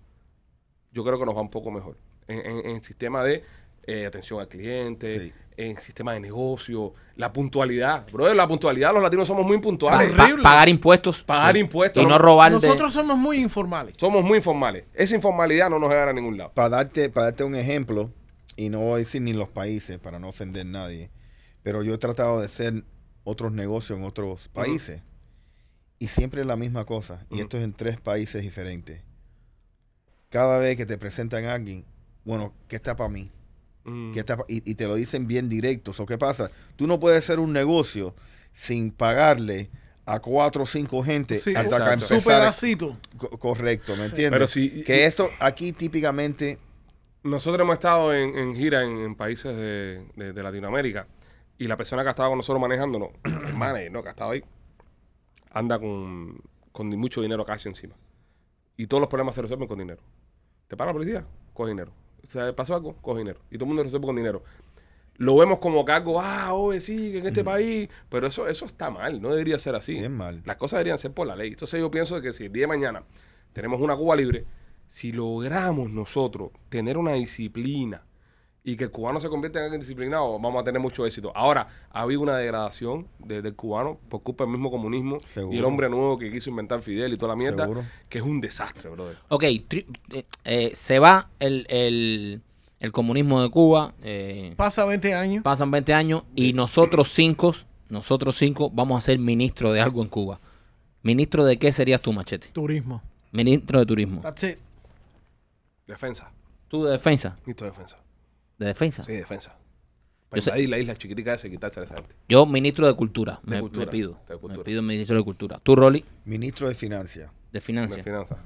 S1: yo creo que nos va un poco mejor. En, en- en el sistema de eh, atención al cliente,
S4: Sí.
S1: en el sistema de negocio, la puntualidad. Brother, la puntualidad, los latinos somos muy
S2: Pa-
S1: puntuales.
S2: pa- pagar impuestos.
S1: Pagar impuestos,
S2: Y
S1: no-
S2: no robar. de-
S3: Nosotros somos muy informales.
S1: somos muy informales. Esa informalidad no nos llevará a ningún lado.
S4: Para darte, para darte un ejemplo, y no voy a decir ni los países para no ofender a nadie, pero yo he tratado de hacer otros negocios en otros países. Y siempre es la misma cosa. Y
S1: Ujú.
S4: esto es en tres países diferentes. Cada vez que te presentan a alguien, bueno, ¿qué está para mí?
S1: Mm.
S4: ¿Qué está pa- y, y te lo dicen bien directo. ¿O ¿Qué pasa? Tú no puedes hacer un negocio sin pagarle a cuatro o cinco gente
S3: Sí,
S4: hasta que
S1: exacto.
S4: empezar.
S3: superacito.
S4: co- Correcto, ¿me entiendes?
S1: Pero si-
S4: que eso aquí típicamente
S1: Nosotros hemos estado en, en gira en, en países de, de- de Latinoamérica y la persona que ha estado con nosotros manejándonos, [CLEARS THROAT] el manager, ¿no? que ha estado ahí, anda con, con di- mucho dinero cash encima. Y todos los problemas se resuelven con dinero. ¿Te para la policía? Coge dinero. O sea, ¿Pasó algo? Coge dinero. Y todo el mundo resuelve con dinero. Lo vemos como cargo, ah, oye, sí, que en este país. Pero eso, eso está mal, no debería ser así.
S4: Bien mal.
S1: Las cosas deberían ser por la ley. Entonces yo pienso que si el día de mañana tenemos una Cuba libre, si logramos nosotros tener una disciplina y que el cubano se convierta en alguien disciplinado, vamos a tener mucho éxito. Ahora, ha habido una degradación de- del cubano por culpa del mismo comunismo
S4: Seguro.
S1: y el hombre nuevo que quiso inventar Fidel y toda la mierda,
S4: Seguro.
S1: que es un desastre, brother.
S2: Ok, tri- eh, eh, se va el, el- el comunismo de Cuba, eh,
S3: Pasa 20 años.
S2: pasan 20 años y nosotros cinco, nosotros cinco vamos a ser ministro de algo en Cuba. ¿Ministro de qué serías tú, Machete?
S3: Turismo.
S2: Ministro de Turismo.
S3: That's it.
S1: Defensa,
S2: ¿Tú de defensa?
S1: listo defensa.
S2: ¿De defensa?
S1: Sí, defensa.
S2: Yo
S1: Para
S2: sé-
S1: invadir la isla chiquitica esa y quitarse a esa gente.
S2: Yo, ministro de Cultura. me, me
S1: Cultura,
S2: pido.
S1: de
S2: Me
S1: Cultura.
S2: pido ministro de Cultura. Tú, Rolly,
S4: ministro de finanzas.
S2: de
S1: De
S2: Finanzas.
S1: finanzas.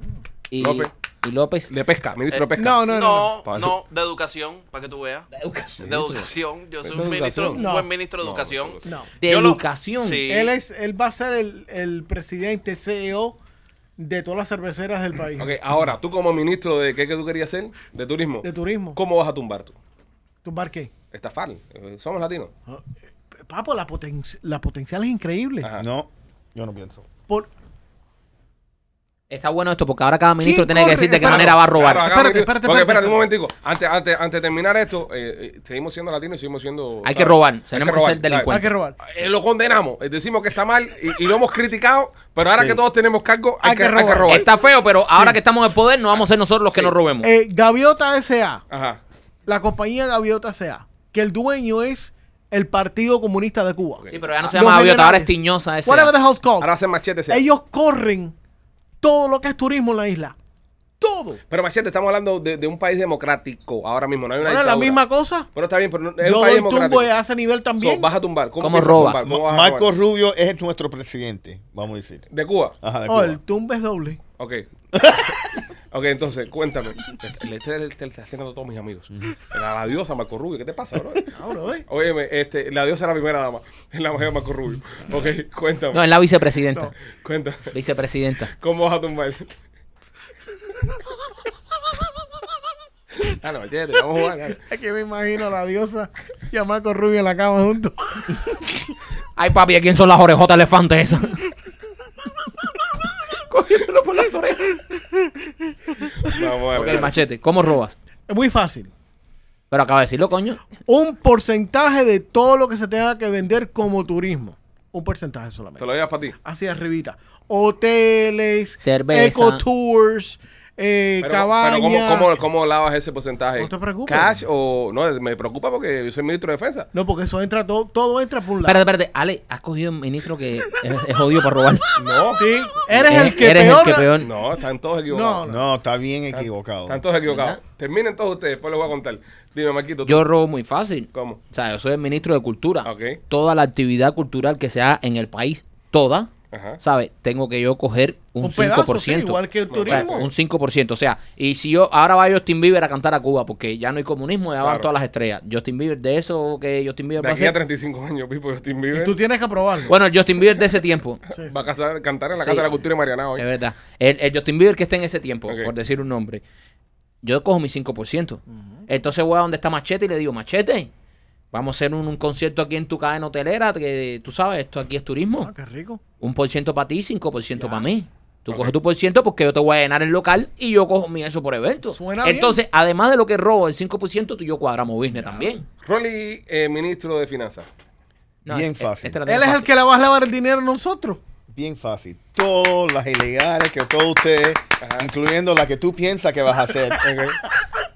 S2: Y y López.
S1: López. De pesca,
S2: Eh,
S1: ministro de pesca.
S3: No, no,
S1: no.
S3: no.
S5: No, no, de educación, para que tú veas.
S2: De educación.
S5: De educación. Yo soy
S1: ¿De
S5: un, ministro, un
S1: educación?
S5: buen ministro de
S1: No,
S5: educación.
S1: no, no,
S3: No.
S2: De
S5: Yo lo-
S2: educación.
S5: Sí.
S3: Él, es, él va a ser el, el presidente CEO de todas las cerveceras del país.
S1: Ok, ahora, tú como ministro de qué que tú querías ser, de turismo,
S3: De turismo.
S1: ¿cómo vas a tumbar tú?
S3: ¿Tumbar qué?
S1: Estafar, eh, somos latinos.
S3: Papo, la, poten- la potencial es increíble.
S1: Ajá.
S4: No, yo no pienso.
S3: Por,
S2: Está bueno esto porque ahora cada ministro
S3: ¿Quién
S2: tiene que
S3: corre?
S2: decir de qué
S3: Espera,
S2: manera va a robar.
S1: Claro, acá,
S3: Espérate,
S1: ministro.
S3: espérate,
S1: Ok,
S3: espérate,
S1: espérate un
S3: espérate.
S1: momentico. Antes, antes, antes de terminar esto, eh, eh, seguimos siendo latinos y seguimos siendo.
S2: Hay
S1: ¿sabes?
S2: que robar,
S1: Hay
S2: tenemos que
S1: robar, ¿sabes?
S2: ser
S3: hay
S2: delincuentes.
S3: que robar.
S1: Eh, lo condenamos, eh, decimos que está mal y, y lo hemos criticado, pero ahora
S4: Sí.
S1: que todos tenemos cargo, hay,
S3: Hay
S1: que,
S3: que
S1: hay que
S3: robar.
S1: robar.
S2: Está feo, pero ahora que estamos en el poder, no vamos a ser nosotros los que nos robemos.
S3: Eh, Gaviota S.A.
S1: Ajá.
S3: la compañía Gaviota S.A., que el dueño es el Partido Comunista de Cuba.
S2: sí, pero ya no se
S3: Los
S2: llama Gaviota, ahora
S3: generales.
S2: es Tiñosa. ese.
S3: Whatever the house called.
S1: Ahora hacen machete. sí.
S3: Ellos corren todo lo que es turismo en la isla. Todo.
S1: Pero machete, estamos hablando de, de un país democrático ahora mismo. No hay una
S3: Ahora la
S1: dictadura.
S3: misma cosa.
S1: Pero está bien, pero no- es
S3: Yo
S1: un país
S3: doy
S1: democrático.
S3: tumbo a ese nivel
S1: So,
S3: también.
S1: vas a tumbar.
S2: ¿Cómo
S1: piensas
S2: robas?
S1: tumbar? ¿Cómo vas a robar?
S4: Marco Rubio es nuestro presidente, vamos a decir.
S1: De Cuba.
S4: Ajá, de
S3: Oh, el
S4: Cuba.
S3: tumbo es doble.
S1: [LAUGHS] Ok. ok, entonces, cuéntame. Le estoy le estoy haciendo a todos mis amigos. La, la diosa Marco Rubio, ¿qué te pasa, bro?
S3: Ah, bro, eh.
S1: Óyeme, este, la diosa es la primera dama. Es la mujer de Marco Rubio. Ok, cuéntame.
S2: No, es la vicepresidenta.
S1: Cuéntame.
S2: Vicepresidenta.
S1: ¿Cómo vas a tumbar? ah, no, machete, vamos a jugar. dale.
S3: Es que me imagino a la diosa y a Marco Rubio en la cama juntos.
S2: Ay, papi, ¿a quién son las orejotas elefantes esas? Cogiéndolo por las orejas.
S1: Vamos a
S2: Ok,
S1: ver.
S2: machete, ¿cómo robas?
S3: Es muy fácil.
S2: Pero acaba de decirlo, coño.
S3: Un porcentaje de todo lo que se tenga que vender como turismo. Un porcentaje solamente.
S1: Te lo llevas para ti.
S3: hacia arribita. Hoteles,
S2: Cerveza.
S3: ecotours, eh,
S1: Pero,
S3: cabañas.
S1: pero ¿cómo, cómo, ¿cómo lavas ese porcentaje?
S3: No te preocupes.
S1: ¿Cash o.? No, me preocupa porque yo soy ministro de defensa.
S3: No, porque eso entra todo, todo entra por un lado.
S2: Espérate, espérate. Ale, has cogido un ministro que es, es jodido para robar.
S1: No,
S3: Sí, eres el que
S2: Eres
S3: peor.
S2: el que peor.
S1: no, están todos equivocados.
S4: No, está bien equivocado.
S1: Están todos equivocados.
S2: ¿Verdad?
S1: Terminen todos ustedes, después les voy a contar. Dime, Marquito. ¿tú
S2: Yo robo muy fácil.
S1: ¿Cómo?
S2: O sea, yo soy el ministro de Cultura.
S1: Ok.
S2: Toda la actividad cultural que se haga en el país, toda,
S1: Ajá.
S2: ¿sabes? Tengo que yo coger un,
S3: Un
S2: 5%.
S3: pedazo, sí, igual que el
S2: O sea,
S3: turismo.
S2: un 5%. O sea, y si yo ahora va Justin Bieber a cantar a Cuba, porque ya no hay comunismo, ya van
S1: Claro.
S2: todas las estrellas. Justin Bieber, de eso que Justin Bieber
S1: De
S2: va a
S1: aquí a
S2: hacer-
S1: 35 años, Pipo Justin
S3: Y
S1: Bieber
S3: tú tienes que aprobarlo.
S2: Bueno, el Justin Bieber de ese tiempo.
S1: va a casar- cantar en la
S2: Sí. Eh.
S1: Casa de la Cultura de Mariana hoy.
S2: Es verdad. El, el Justin Bieber que esté en ese tiempo,
S1: Ok.
S2: por decir un nombre, yo cojo mi 5%. Entonces voy a donde está Machete y le digo, Machete, vamos a hacer un, un concierto aquí en tu cadena hotelera, que tú sabes, esto aquí es turismo.
S3: Ah, qué rico.
S2: Un por ciento para ti, 5%
S3: Ya.
S2: para mí. Tú
S1: Ok.
S2: coges tu por ciento porque yo te voy a llenar el local y yo cojo mi eso por evento.
S3: Suena bien.
S2: Entonces, además de lo que robo, el 5%, tú y yo cuadramos business también.
S1: Rolly, eh, ministro de Finanzas.
S4: Bien
S2: eh,
S4: fácil.
S2: esta la
S3: Él
S2: tengo
S3: es el
S2: fácil.
S3: que le va a lavar el dinero a nosotros.
S4: Bien fácil. Todas las ilegales que todos ustedes, incluyendo la que tú piensas que vas a
S1: [LAUGHS]
S4: hacer,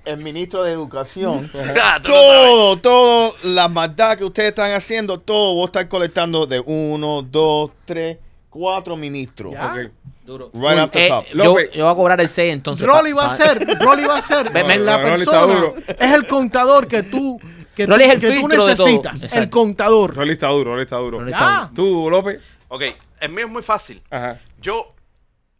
S4: el ministro de Educación,
S5: [LAUGHS] Ah, tú no sabes.
S4: todo, todo, la maldad que ustedes están haciendo, todo vos estás colectando de uno, dos, tres, cuatro ministros.
S3: Ya. Ah.
S1: Ok.
S2: Duro.
S4: Right off the
S5: Eh,
S4: top.
S2: Eh, Yo,
S1: López.
S2: yo voy a cobrar el 6 entonces.
S3: Rolly
S2: pa- [LAUGHS]
S3: va a
S2: pa-
S3: ser, Rolly va a ser
S2: Ve- ve-
S3: la
S1: Rolly está
S3: persona,
S1: duro.
S3: es el contador que tú que,
S2: Rolly es el
S3: que tú
S2: filtro de todo.
S3: necesitas, el
S2: Exacto.
S3: contador.
S1: Rolly está duro, Rolly está duro.
S2: Rolly está
S3: Ya.
S1: Tú, López.
S5: Ok, el mío es muy fácil.
S1: Ajá.
S5: Yo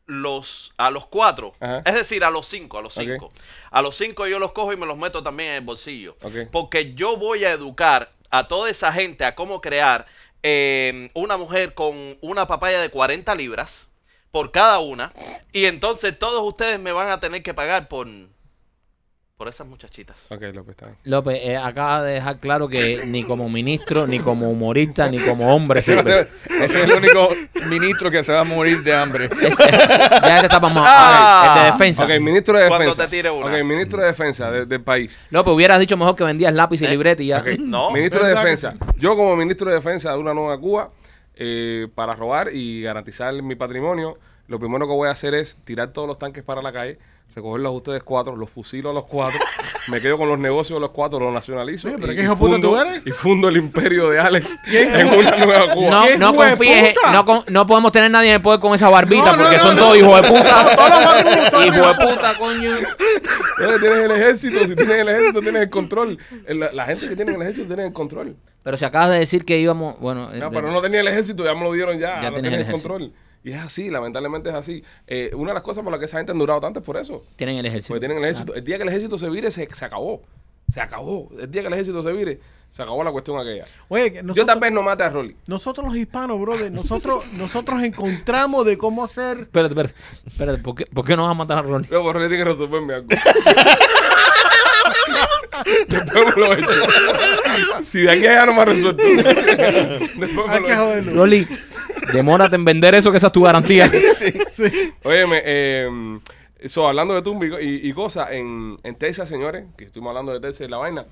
S5: los a los cuatro,
S1: Ajá.
S5: es decir, a los cinco, a los
S1: Ok.
S5: cinco. A los cinco yo los cojo y me los meto también en el bolsillo.
S1: Ok.
S5: Porque yo voy a educar a toda esa gente a cómo crear eh, una mujer con una papaya de 40 libras por cada una. Y entonces todos ustedes me van a tener que pagar por, por esas muchachitas.
S1: Ok, López está bien.
S2: López, eh, acaba de dejar claro que ni como ministro, ni como humorista, ni como hombre
S4: Ese,
S2: sirve.
S4: [LAUGHS] ese es el único ministro que se va a morir de hambre.
S2: Ese- ya te está pasmado.
S5: Ah.
S2: A ver, el de defensa.
S1: Ok, ministro de
S5: Cuando
S1: defensa.
S5: te tire una.
S1: Ok, ministro de defensa de- del país.
S2: López, hubieras dicho mejor que vendías lápiz y
S3: Eh,
S2: libreta y ya.
S1: Ok,
S5: No,
S1: Ministro de
S3: Oh, ¿verdad que
S1: defensa. Yo como ministro de defensa de una nueva Cuba, eh, para robar y garantizar mi patrimonio, lo primero que voy a hacer es tirar todos los tanques para la calle, recogerlos a ustedes cuatro, los fusilo a los
S3: [LAUGHS]
S1: cuatro, me quedo con los negocios de los cuatro, los nacionalizo
S3: Oye, pero
S1: y,
S3: ¿qué
S1: y
S3: hijo de puta
S1: fundo,
S3: tú eres?
S1: y fundo el imperio de Alex en una nueva Cuba.
S2: No,
S3: ¡Qué
S2: no
S3: hijo de
S2: confíes, eh,
S3: puta!
S2: no, con- no podemos tener nadie en el poder con esa barbita
S3: No, no,
S2: porque
S3: no,
S2: son
S3: no.
S2: todos hijos de puta.
S3: Todos
S2: [LAUGHS]
S3: los barbudos son
S2: Hijo de
S3: hijos de
S2: puta, coño.
S1: Entonces, tienes el ejército, si tienes el ejército tienes el control. El- La, la gente que tiene el ejército tiene el control.
S2: Pero si acabas de decir que íbamos, bueno, eh,
S1: No, pero no tenía el ejército, ya me lo dieron ya.
S2: Ya
S1: no
S2: tienes
S1: tenía
S2: el
S1: el
S2: ejército.
S1: control. Y es así, lamentablemente es así. Eh, una de las cosas por las que esa gente han durado tanto es por eso.
S2: tienen el ejército.
S1: Porque tienen el ejército. El día que el ejército se vire, se, se acabó. Se acabó. El día que el ejército se vire, se acabó la cuestión aquella.
S3: Oye, que
S1: Yo
S3: nosotros,
S1: tal vez no mate a Rolly.
S3: nosotros los hispanos, brother, nosotros, nosotros encontramos de cómo hacer.
S2: Espérate, espérate, espérate, ¿por qué, ¿por qué no vas a matar a Rolly?
S1: Pero Rolly tiene que resolverme
S2: [LAUGHS]
S1: algo. Después me lo echo. Si de aquí a allá no me ha
S2: [LAUGHS]
S1: resuelto. Después me
S3: Hay
S1: lo
S3: que
S1: echo.
S3: joderlo.
S2: Rolly, demórate en vender eso que esa es tu garantía.
S3: [LAUGHS]
S1: Óyeme, eh, so, hablando de tumbi y, y cosas, en, en Texas, señores, que estuvimos hablando de Texas y la vaina,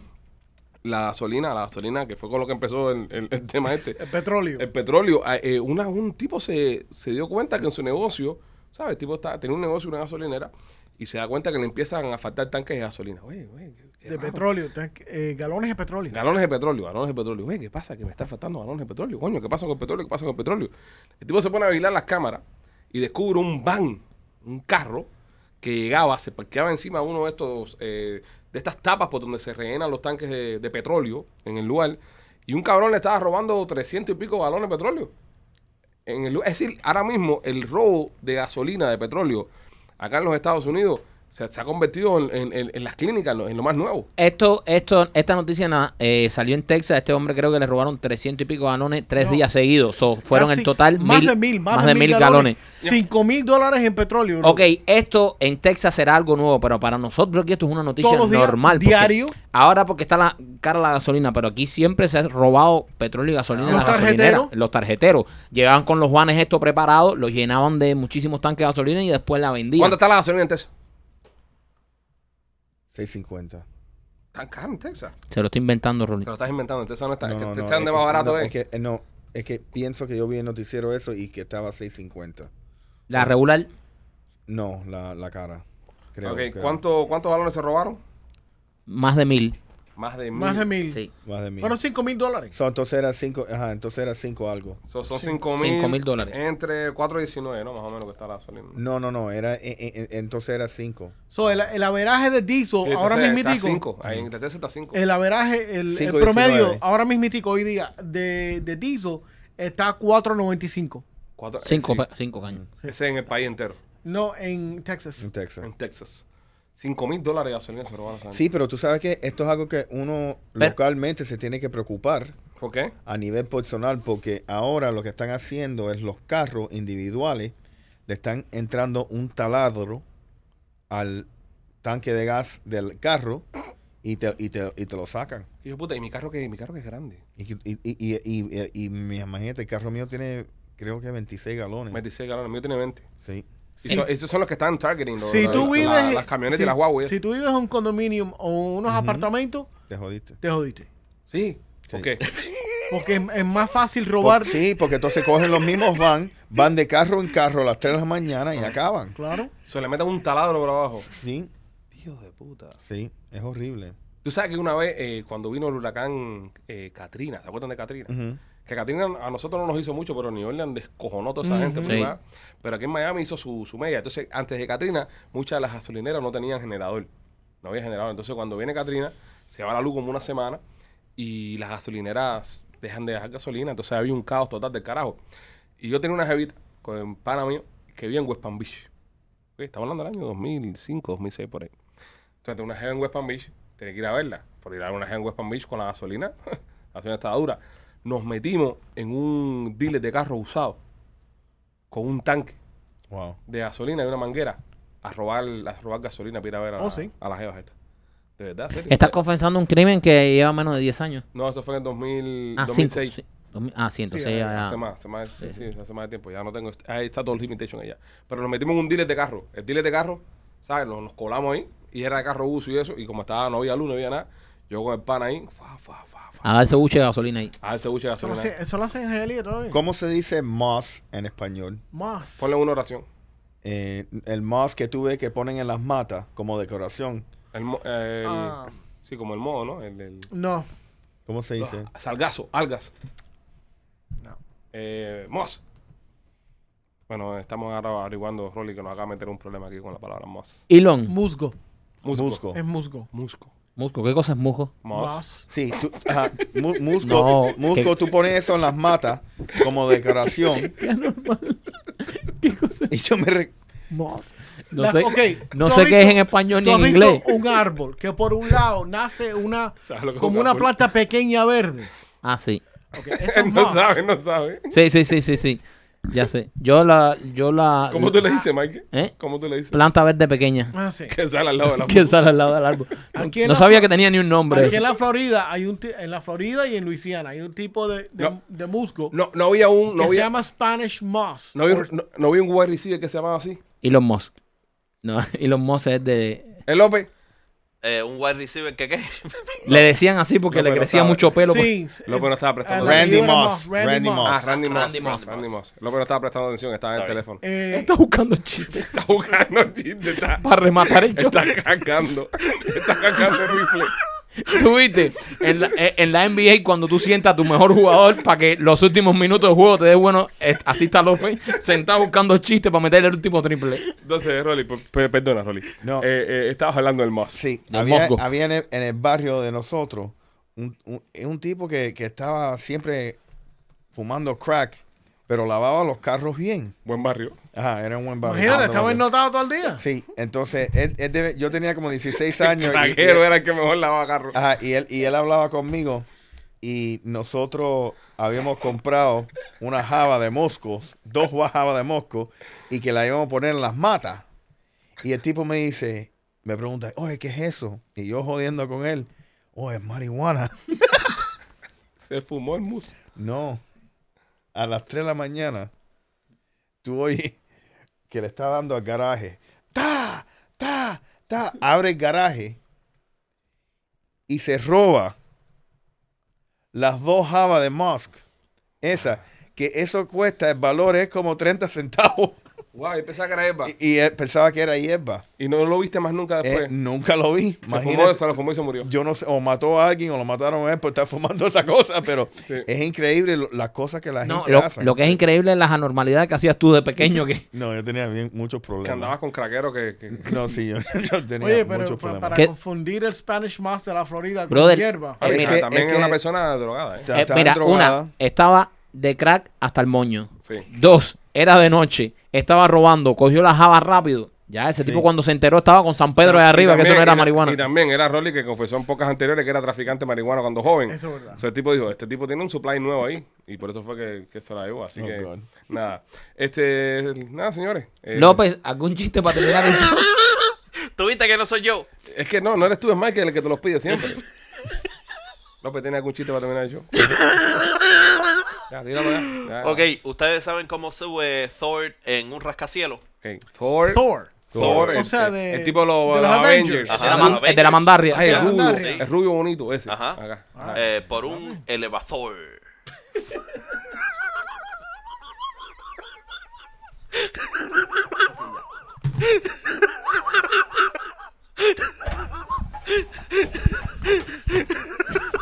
S1: la gasolina, la gasolina, que fue con lo que empezó el, el- el tema
S3: [LAUGHS]
S1: este,
S3: El petróleo.
S1: el petróleo, ah, eh, una- un tipo se, se dio cuenta que en su negocio, ¿sabes? El tipo está, tenía un negocio, una gasolinera, y se da cuenta que le empiezan a faltar tanques de gasolina. Oye, oye, qué- qué
S3: de
S1: raro.
S3: petróleo, tan- eh, galones de petróleo.
S1: Galones de petróleo, galones de petróleo. Güey, ¿qué pasa? Que me está faltando galones de petróleo. Coño, ¿qué pasa con el petróleo? ¿Qué pasa con el petróleo? El tipo se pone a vigilar las cámaras y descubre un van, un carro, que llegaba, se parqueaba encima de uno de estos, eh, de estas tapas por donde se rellenan los tanques de, de petróleo en el lugar. Y un cabrón le estaba robando 300 y pico galones de petróleo. En el lu- es decir, ahora mismo el robo de gasolina, de petróleo, acá en los Estados Unidos, se, se ha convertido en, en- en- en las clínicas, en lo- en lo más nuevo.
S2: Esto, esto, esta noticia na- eh, salió en Texas. Este hombre creo que le robaron 300 y pico galones tres
S3: No.
S2: días seguidos. So, fueron en
S3: Casi
S2: total
S3: más de mil, más, de mil galones. Cinco mil dólares en petróleo. bro.
S2: Ok, esto en Texas será algo nuevo, pero para nosotros aquí esto es una noticia
S3: Todos los días,
S2: normal. porque
S3: diario.
S2: Ahora porque está la cara la gasolina, pero aquí siempre se ha robado petróleo y gasolina. en
S3: Los
S2: las gasolineras.
S3: tarjeteros.
S2: Los tarjeteros. Llegaban con los vanes esto preparados, los llenaban de muchísimos tanques de gasolina y después la vendían.
S1: ¿Cuánto está la gasolina en Texas?
S4: 650.
S1: Tan caro en Texas.
S2: Se lo está inventando,
S1: Te
S2: Rolly.
S1: lo estás inventando. En Texas no está.
S4: No,
S1: es que
S4: no, no,
S1: Texas donde
S4: es que-
S1: más barato
S4: no,
S1: es.
S4: que, eh, no, es que pienso que yo vi el noticiero eso y que estaba 650.
S2: La regular,
S4: No, la, la cara. Creo,
S1: Ok,
S4: creo.
S1: ¿cuánto- ¿Cuántos balones se robaron?
S2: más de mil.
S1: Más de mil.
S3: Más de mil.
S2: Sí.
S4: Más de mil.
S3: Bueno, cinco mil dólares.
S4: So, entonces era 5, ajá, entonces era 5 algo.
S1: So, son cinco mil.
S2: Cinco mil dólares.
S1: Entre 4 y 19, ¿no? Más o menos que está la gasolina.
S4: No, no, no, era eh, eh, eh, entonces era 5.
S3: So, el, el averaje de diesel,
S1: Sí,
S3: ahora
S1: entonces
S3: mismitico.
S1: Está 5. Ahí en Texas está 5.
S3: El averaje, el, el
S4: Cinco
S3: promedio,
S4: 19.
S3: ahora mismitico hoy día, de, de diesel está a 4.95.
S2: Cinco, pe- cinco caños.
S1: eh, Ese en el país entero.
S3: No, en Texas.
S4: En Texas.
S1: En Texas. 5 mil dólares de gasolina se robaron. ¿saben?
S4: Sí, pero tú sabes que esto es algo que uno
S2: Pero-
S4: localmente se tiene que preocupar
S1: ¿Por qué?
S4: a nivel personal porque ahora lo que están haciendo es los carros individuales le están entrando un taladro al tanque de gas del carro y te, y te, y te lo sacan.
S1: Y yo, puta, y mi carro que, mi carro que es grande.
S4: Y, que- y, y, y, y, y- y mi- imagínate, el carro mío tiene creo que 26 galones.
S1: 26 galones. El mío tiene 20.
S4: Sí.
S1: Y son- esos son los que están targeting. los-
S3: Si
S1: los-
S3: tú
S1: la-
S3: vives.
S1: las camionetas
S3: si-
S1: y las Huawei.
S3: Si tú vives en un condominio o unos apartamentos,
S4: Te jodiste.
S3: te jodiste.
S1: Sí. ¿Por
S4: Sí.
S1: qué?
S3: Porque es, es más fácil robar.
S4: Por- sí, porque entonces cogen los mismos van, van de carro en carro a las 3 de la mañana y acaban.
S3: Claro.
S1: Se le meten un taladro por abajo.
S4: Sí,
S1: Tío de puta.
S4: sí, es horrible.
S1: Tú sabes que una vez, eh, cuando vino el huracán eh, Katrina, ¿se acuerdan de Katrina? Que Katrina a nosotros no nos hizo mucho, pero New Orleans descojonó toda esa gente.
S2: Sí.
S1: ¿verdad? Pero aquí en Miami hizo su, su media. Entonces, antes de Katrina, muchas de las gasolineras no tenían generador. No había generador. Entonces, cuando viene Katrina, se va la luz como una semana y las gasolineras dejan de dejar gasolina, entonces había un caos total del carajo. Y yo tenía una jevita con un pana mío que vivía en West Palm Beach. Ok, Estamos hablando del año 2005, 2006, por ahí. Entonces tenía una jeva en West Palm Beach, tenía que ir a verla. Por ir a ver una jeva en West Palm Beach con la gasolina, [LAUGHS] la gasolina estaba dura. Nos metimos en un dealer de carros usados con un tanque
S4: Wow.
S1: de gasolina y una manguera a robar, a robar gasolina para ir a ver a,
S3: Oh,
S1: la-
S3: sí.
S1: a las jevas estas. De verdad, serio.
S2: Estás confesando un crimen que lleva menos de 10 años.
S1: No, eso fue en el 2000,
S2: Ah,
S1: 2006.
S2: 2006. Ah, sí, entonces
S1: sí,
S2: ya- ya-
S1: hace más, hace más,
S3: eh,
S1: sí, hace más de tiempo. Ya no tengo, ahí está todo el limitation allá. Pero nos metimos en un dealer de carro. El dealer de carro, ¿sabes? Nos, nos colamos ahí y era de carro uso y eso. Y como estaba, no había luz, no había nada. Yo con el pan ahí, fa, fa, fa, fa.
S2: a darse buche de gasolina ahí.
S1: A ese buche de
S3: Eso lo,
S1: gasolina.
S3: hace- eso lo hacen en Hialeah todavía.
S4: ¿Cómo se dice moss en español?
S3: Más.
S1: Ponle una oración.
S4: Eh, el moss que tú ves que ponen en las matas como decoración.
S1: El, mo- el-
S3: Ah.
S1: Sí, como el modo, ¿no? El, el-
S3: No.
S4: ¿Cómo se dice?
S1: Ah, salgazo, algas.
S3: No.
S1: Eh, Moss. Bueno, estamos ahora averiguando, Rolly, que nos acaba de meter un problema aquí con la palabra Moss.
S2: Elon,
S3: Musgo.
S1: Musco.
S4: Musco.
S3: Es musgo.
S1: Musco.
S2: musco, ¿qué cosa es
S3: [LAUGHS]
S2: musco?
S1: [LAUGHS] Moss.
S3: Más.
S4: Sí, tú, ajá, mu- musco,
S2: [LAUGHS] No,
S4: musco,
S2: que-
S4: tú pones eso en las matas
S1: [LAUGHS]
S4: como decoración. Y yo me... re-
S2: No
S3: La-
S2: sé,
S3: ok,
S2: no
S3: ¿tú
S2: sé
S3: has
S2: qué es
S3: visto-
S2: en español
S3: ¿Tú
S2: ni
S3: has
S2: en
S3: visto
S2: inglés.
S3: un árbol que por un lado
S1: [LAUGHS]
S3: nace una
S1: ¿Sabes lo que es
S3: como
S1: un
S3: una
S1: árbol?
S3: planta pequeña verde?
S2: Ah, sí.
S3: Ok, [LAUGHS] eso es
S1: no
S3: más.
S1: sabe, no sabe.
S2: Sí, sí, sí, sí, sí. Ya sé. Yo la, yo la.
S1: ¿Cómo tú le dices, Mike?
S2: ¿Eh?
S1: ¿Cómo tú le dices?
S2: Planta verde pequeña.
S3: Ah, sí.
S1: Que sale al lado de la
S2: [LAUGHS] Que sale al lado del árbol.
S3: Aquí en
S2: No, no
S3: la-
S2: sabía que tenía ni un nombre.
S3: Aquí en la Florida hay un ti- en la Florida y en Luisiana hay un tipo de, de,
S1: No.
S3: de musgo
S1: No, no había un. No
S3: que se
S1: había,
S3: llama Spanish moss.
S1: no había, un- no, no había un wide receiver que se llamaba así.
S2: Elon Musk. No, Elon Musk es de.
S1: El López.
S5: Eh, un wide receiver que qué. [LAUGHS]
S2: Le decían así porque
S1: No,
S2: le
S1: pero
S2: crecía
S1: sabe.
S2: mucho pelo.
S3: Sí,
S1: López pues. no estaba prestando
S3: Ah, la
S4: Randy
S3: apellido era
S4: Moss, Randy Moss.
S1: Ah, Randy Moss.
S2: Randy
S1: Randy Moss.
S2: Moss.
S1: López no estaba prestando atención, estaba en el teléfono. [LAUGHS]
S3: Eh,
S2: Está buscando chistes
S1: Está buscando chiste, está.
S2: para rematar el show.
S1: Está cagando. Está cagando el rifle.
S2: [LAUGHS] Tú viste, en la, eh, en la NBA, cuando tú sientas a tu mejor jugador para que los últimos minutos de juego te dé bueno, eh, así está López, sentado buscando chistes para meterle el último triple.
S1: Entonces, eh, Rolly, per- per- perdona, Rolly.
S4: No.
S1: Eh, eh, estabas hablando del Moss.
S4: Sí,
S2: Del
S4: había,
S2: musgo.
S4: había en, el, en el barrio de nosotros un, un- un tipo que, que estaba siempre fumando crack, pero lavaba los carros bien.
S1: Buen barrio.
S4: Ajá, era un buen barrio.
S3: imagínate, estaba
S4: Estaba bien.
S3: ennotado todo el día.
S4: Sí, entonces él- él debe- yo tenía como 16 años. y- y- eh, Ah.
S1: Craquero era el que mejor lavaba carro.
S4: Ajá, y él, y él hablaba conmigo y nosotros habíamos comprado una java de moscos, dos jabas de moscos y que la íbamos a poner en las matas. Y el tipo me dice, me pregunta, oye, ¿qué es eso? Y yo jodiendo con él, oh, es marihuana.
S1: Se fumó el mus.
S4: No, a las 3 de la mañana, tú oyes que le está dando al garaje. ¡Ta! ¡Ta! ¡Ta! Abre el garaje y se roba las dos jabas de Musk. Esa, que eso cuesta, el valor es como 30
S1: [LAUGHS]
S4: centavos.
S1: Wow, yo pensaba que era Eva.
S4: Y, y él pensaba que era hierba.
S1: Y no lo viste más nunca
S4: Eh,
S1: después.
S4: nunca lo vi.
S1: Ah, pues, se
S4: Imagínate.
S1: fumó, se lo fumó y se murió.
S4: Yo no sé, o mató a alguien o lo mataron a él por estar fumando esa cosa, pero
S1: Sí.
S4: es increíble lo- las cosas que la
S2: No,
S4: gente
S2: lo,
S4: hace.
S2: lo que es increíble es las anormalidades que hacías tú de pequeño. Que,
S4: No, yo tenía bien muchos
S1: Que
S4: problemas.
S1: andabas con craquero que, que-
S4: No, sí, yo, [LAUGHS] yo tenía
S3: Oye,
S4: muchos
S3: pero pa-
S4: problemas.
S3: para
S2: ¿Qué?
S3: confundir el Spanish moss de la Florida con
S2: Brother,
S3: hierba.
S2: eh,
S1: Ah,
S4: Es
S1: pero
S4: que-
S1: también
S4: es
S1: es, una
S4: que-
S1: persona drogada, ¿eh?
S4: Está-
S2: Eh,
S4: estaba
S2: mira,
S4: drogada.
S2: una, estaba de crack hasta el moño.
S1: Sí.
S2: Dos, era de noche, estaba robando, cogió la java rápido. Ya, ese
S4: Sí.
S2: tipo cuando se enteró estaba con San Pedro de arriba,
S1: Y
S2: que eso
S1: también
S2: no era
S1: Y
S2: marihuana.
S1: también era Rolly que confesó en pocas anteriores que era traficante marihuana cuando joven.
S3: Eso es verdad.
S1: So, el tipo dijo, este tipo tiene un supply nuevo ahí. Y por eso fue que, que se la llevó. Así
S4: Oh,
S1: que,
S4: God.
S1: nada. Este, nada, señores. Eh,
S2: López, ¿algún chiste para terminar el show?
S5: ¿Tuviste que no soy yo?
S1: Es que no, no eres tú, es Michael el que te los pide siempre. [LAUGHS] López, ¿tiene algún chiste para terminar el show? ya, tíralo ya. Ya, ya.
S5: Ok, ¿ustedes saben cómo sube Thor en un rascacielos?
S1: Ok. Thor.
S3: Thor.
S1: Thor,
S3: O
S1: el-
S3: sea,
S1: el-
S3: de-
S1: el tipo de los,
S3: de los
S1: los Avengers.
S3: Avengers.
S5: Ajá.
S2: De la
S5: Ah,
S2: man- el
S5: los
S2: de la
S5: Avengers.
S2: mandarria.
S1: Ay, el rubio,
S3: Sí.
S1: el rubio bonito ese.
S5: Ajá.
S1: Acá.
S3: Ah,
S1: Ajá.
S5: Eh, por un elevador.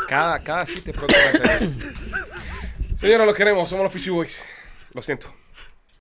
S1: Cada, cada chiste es propio para hacer. Señores, los queremos. Somos los Pichu Boys. Lo siento.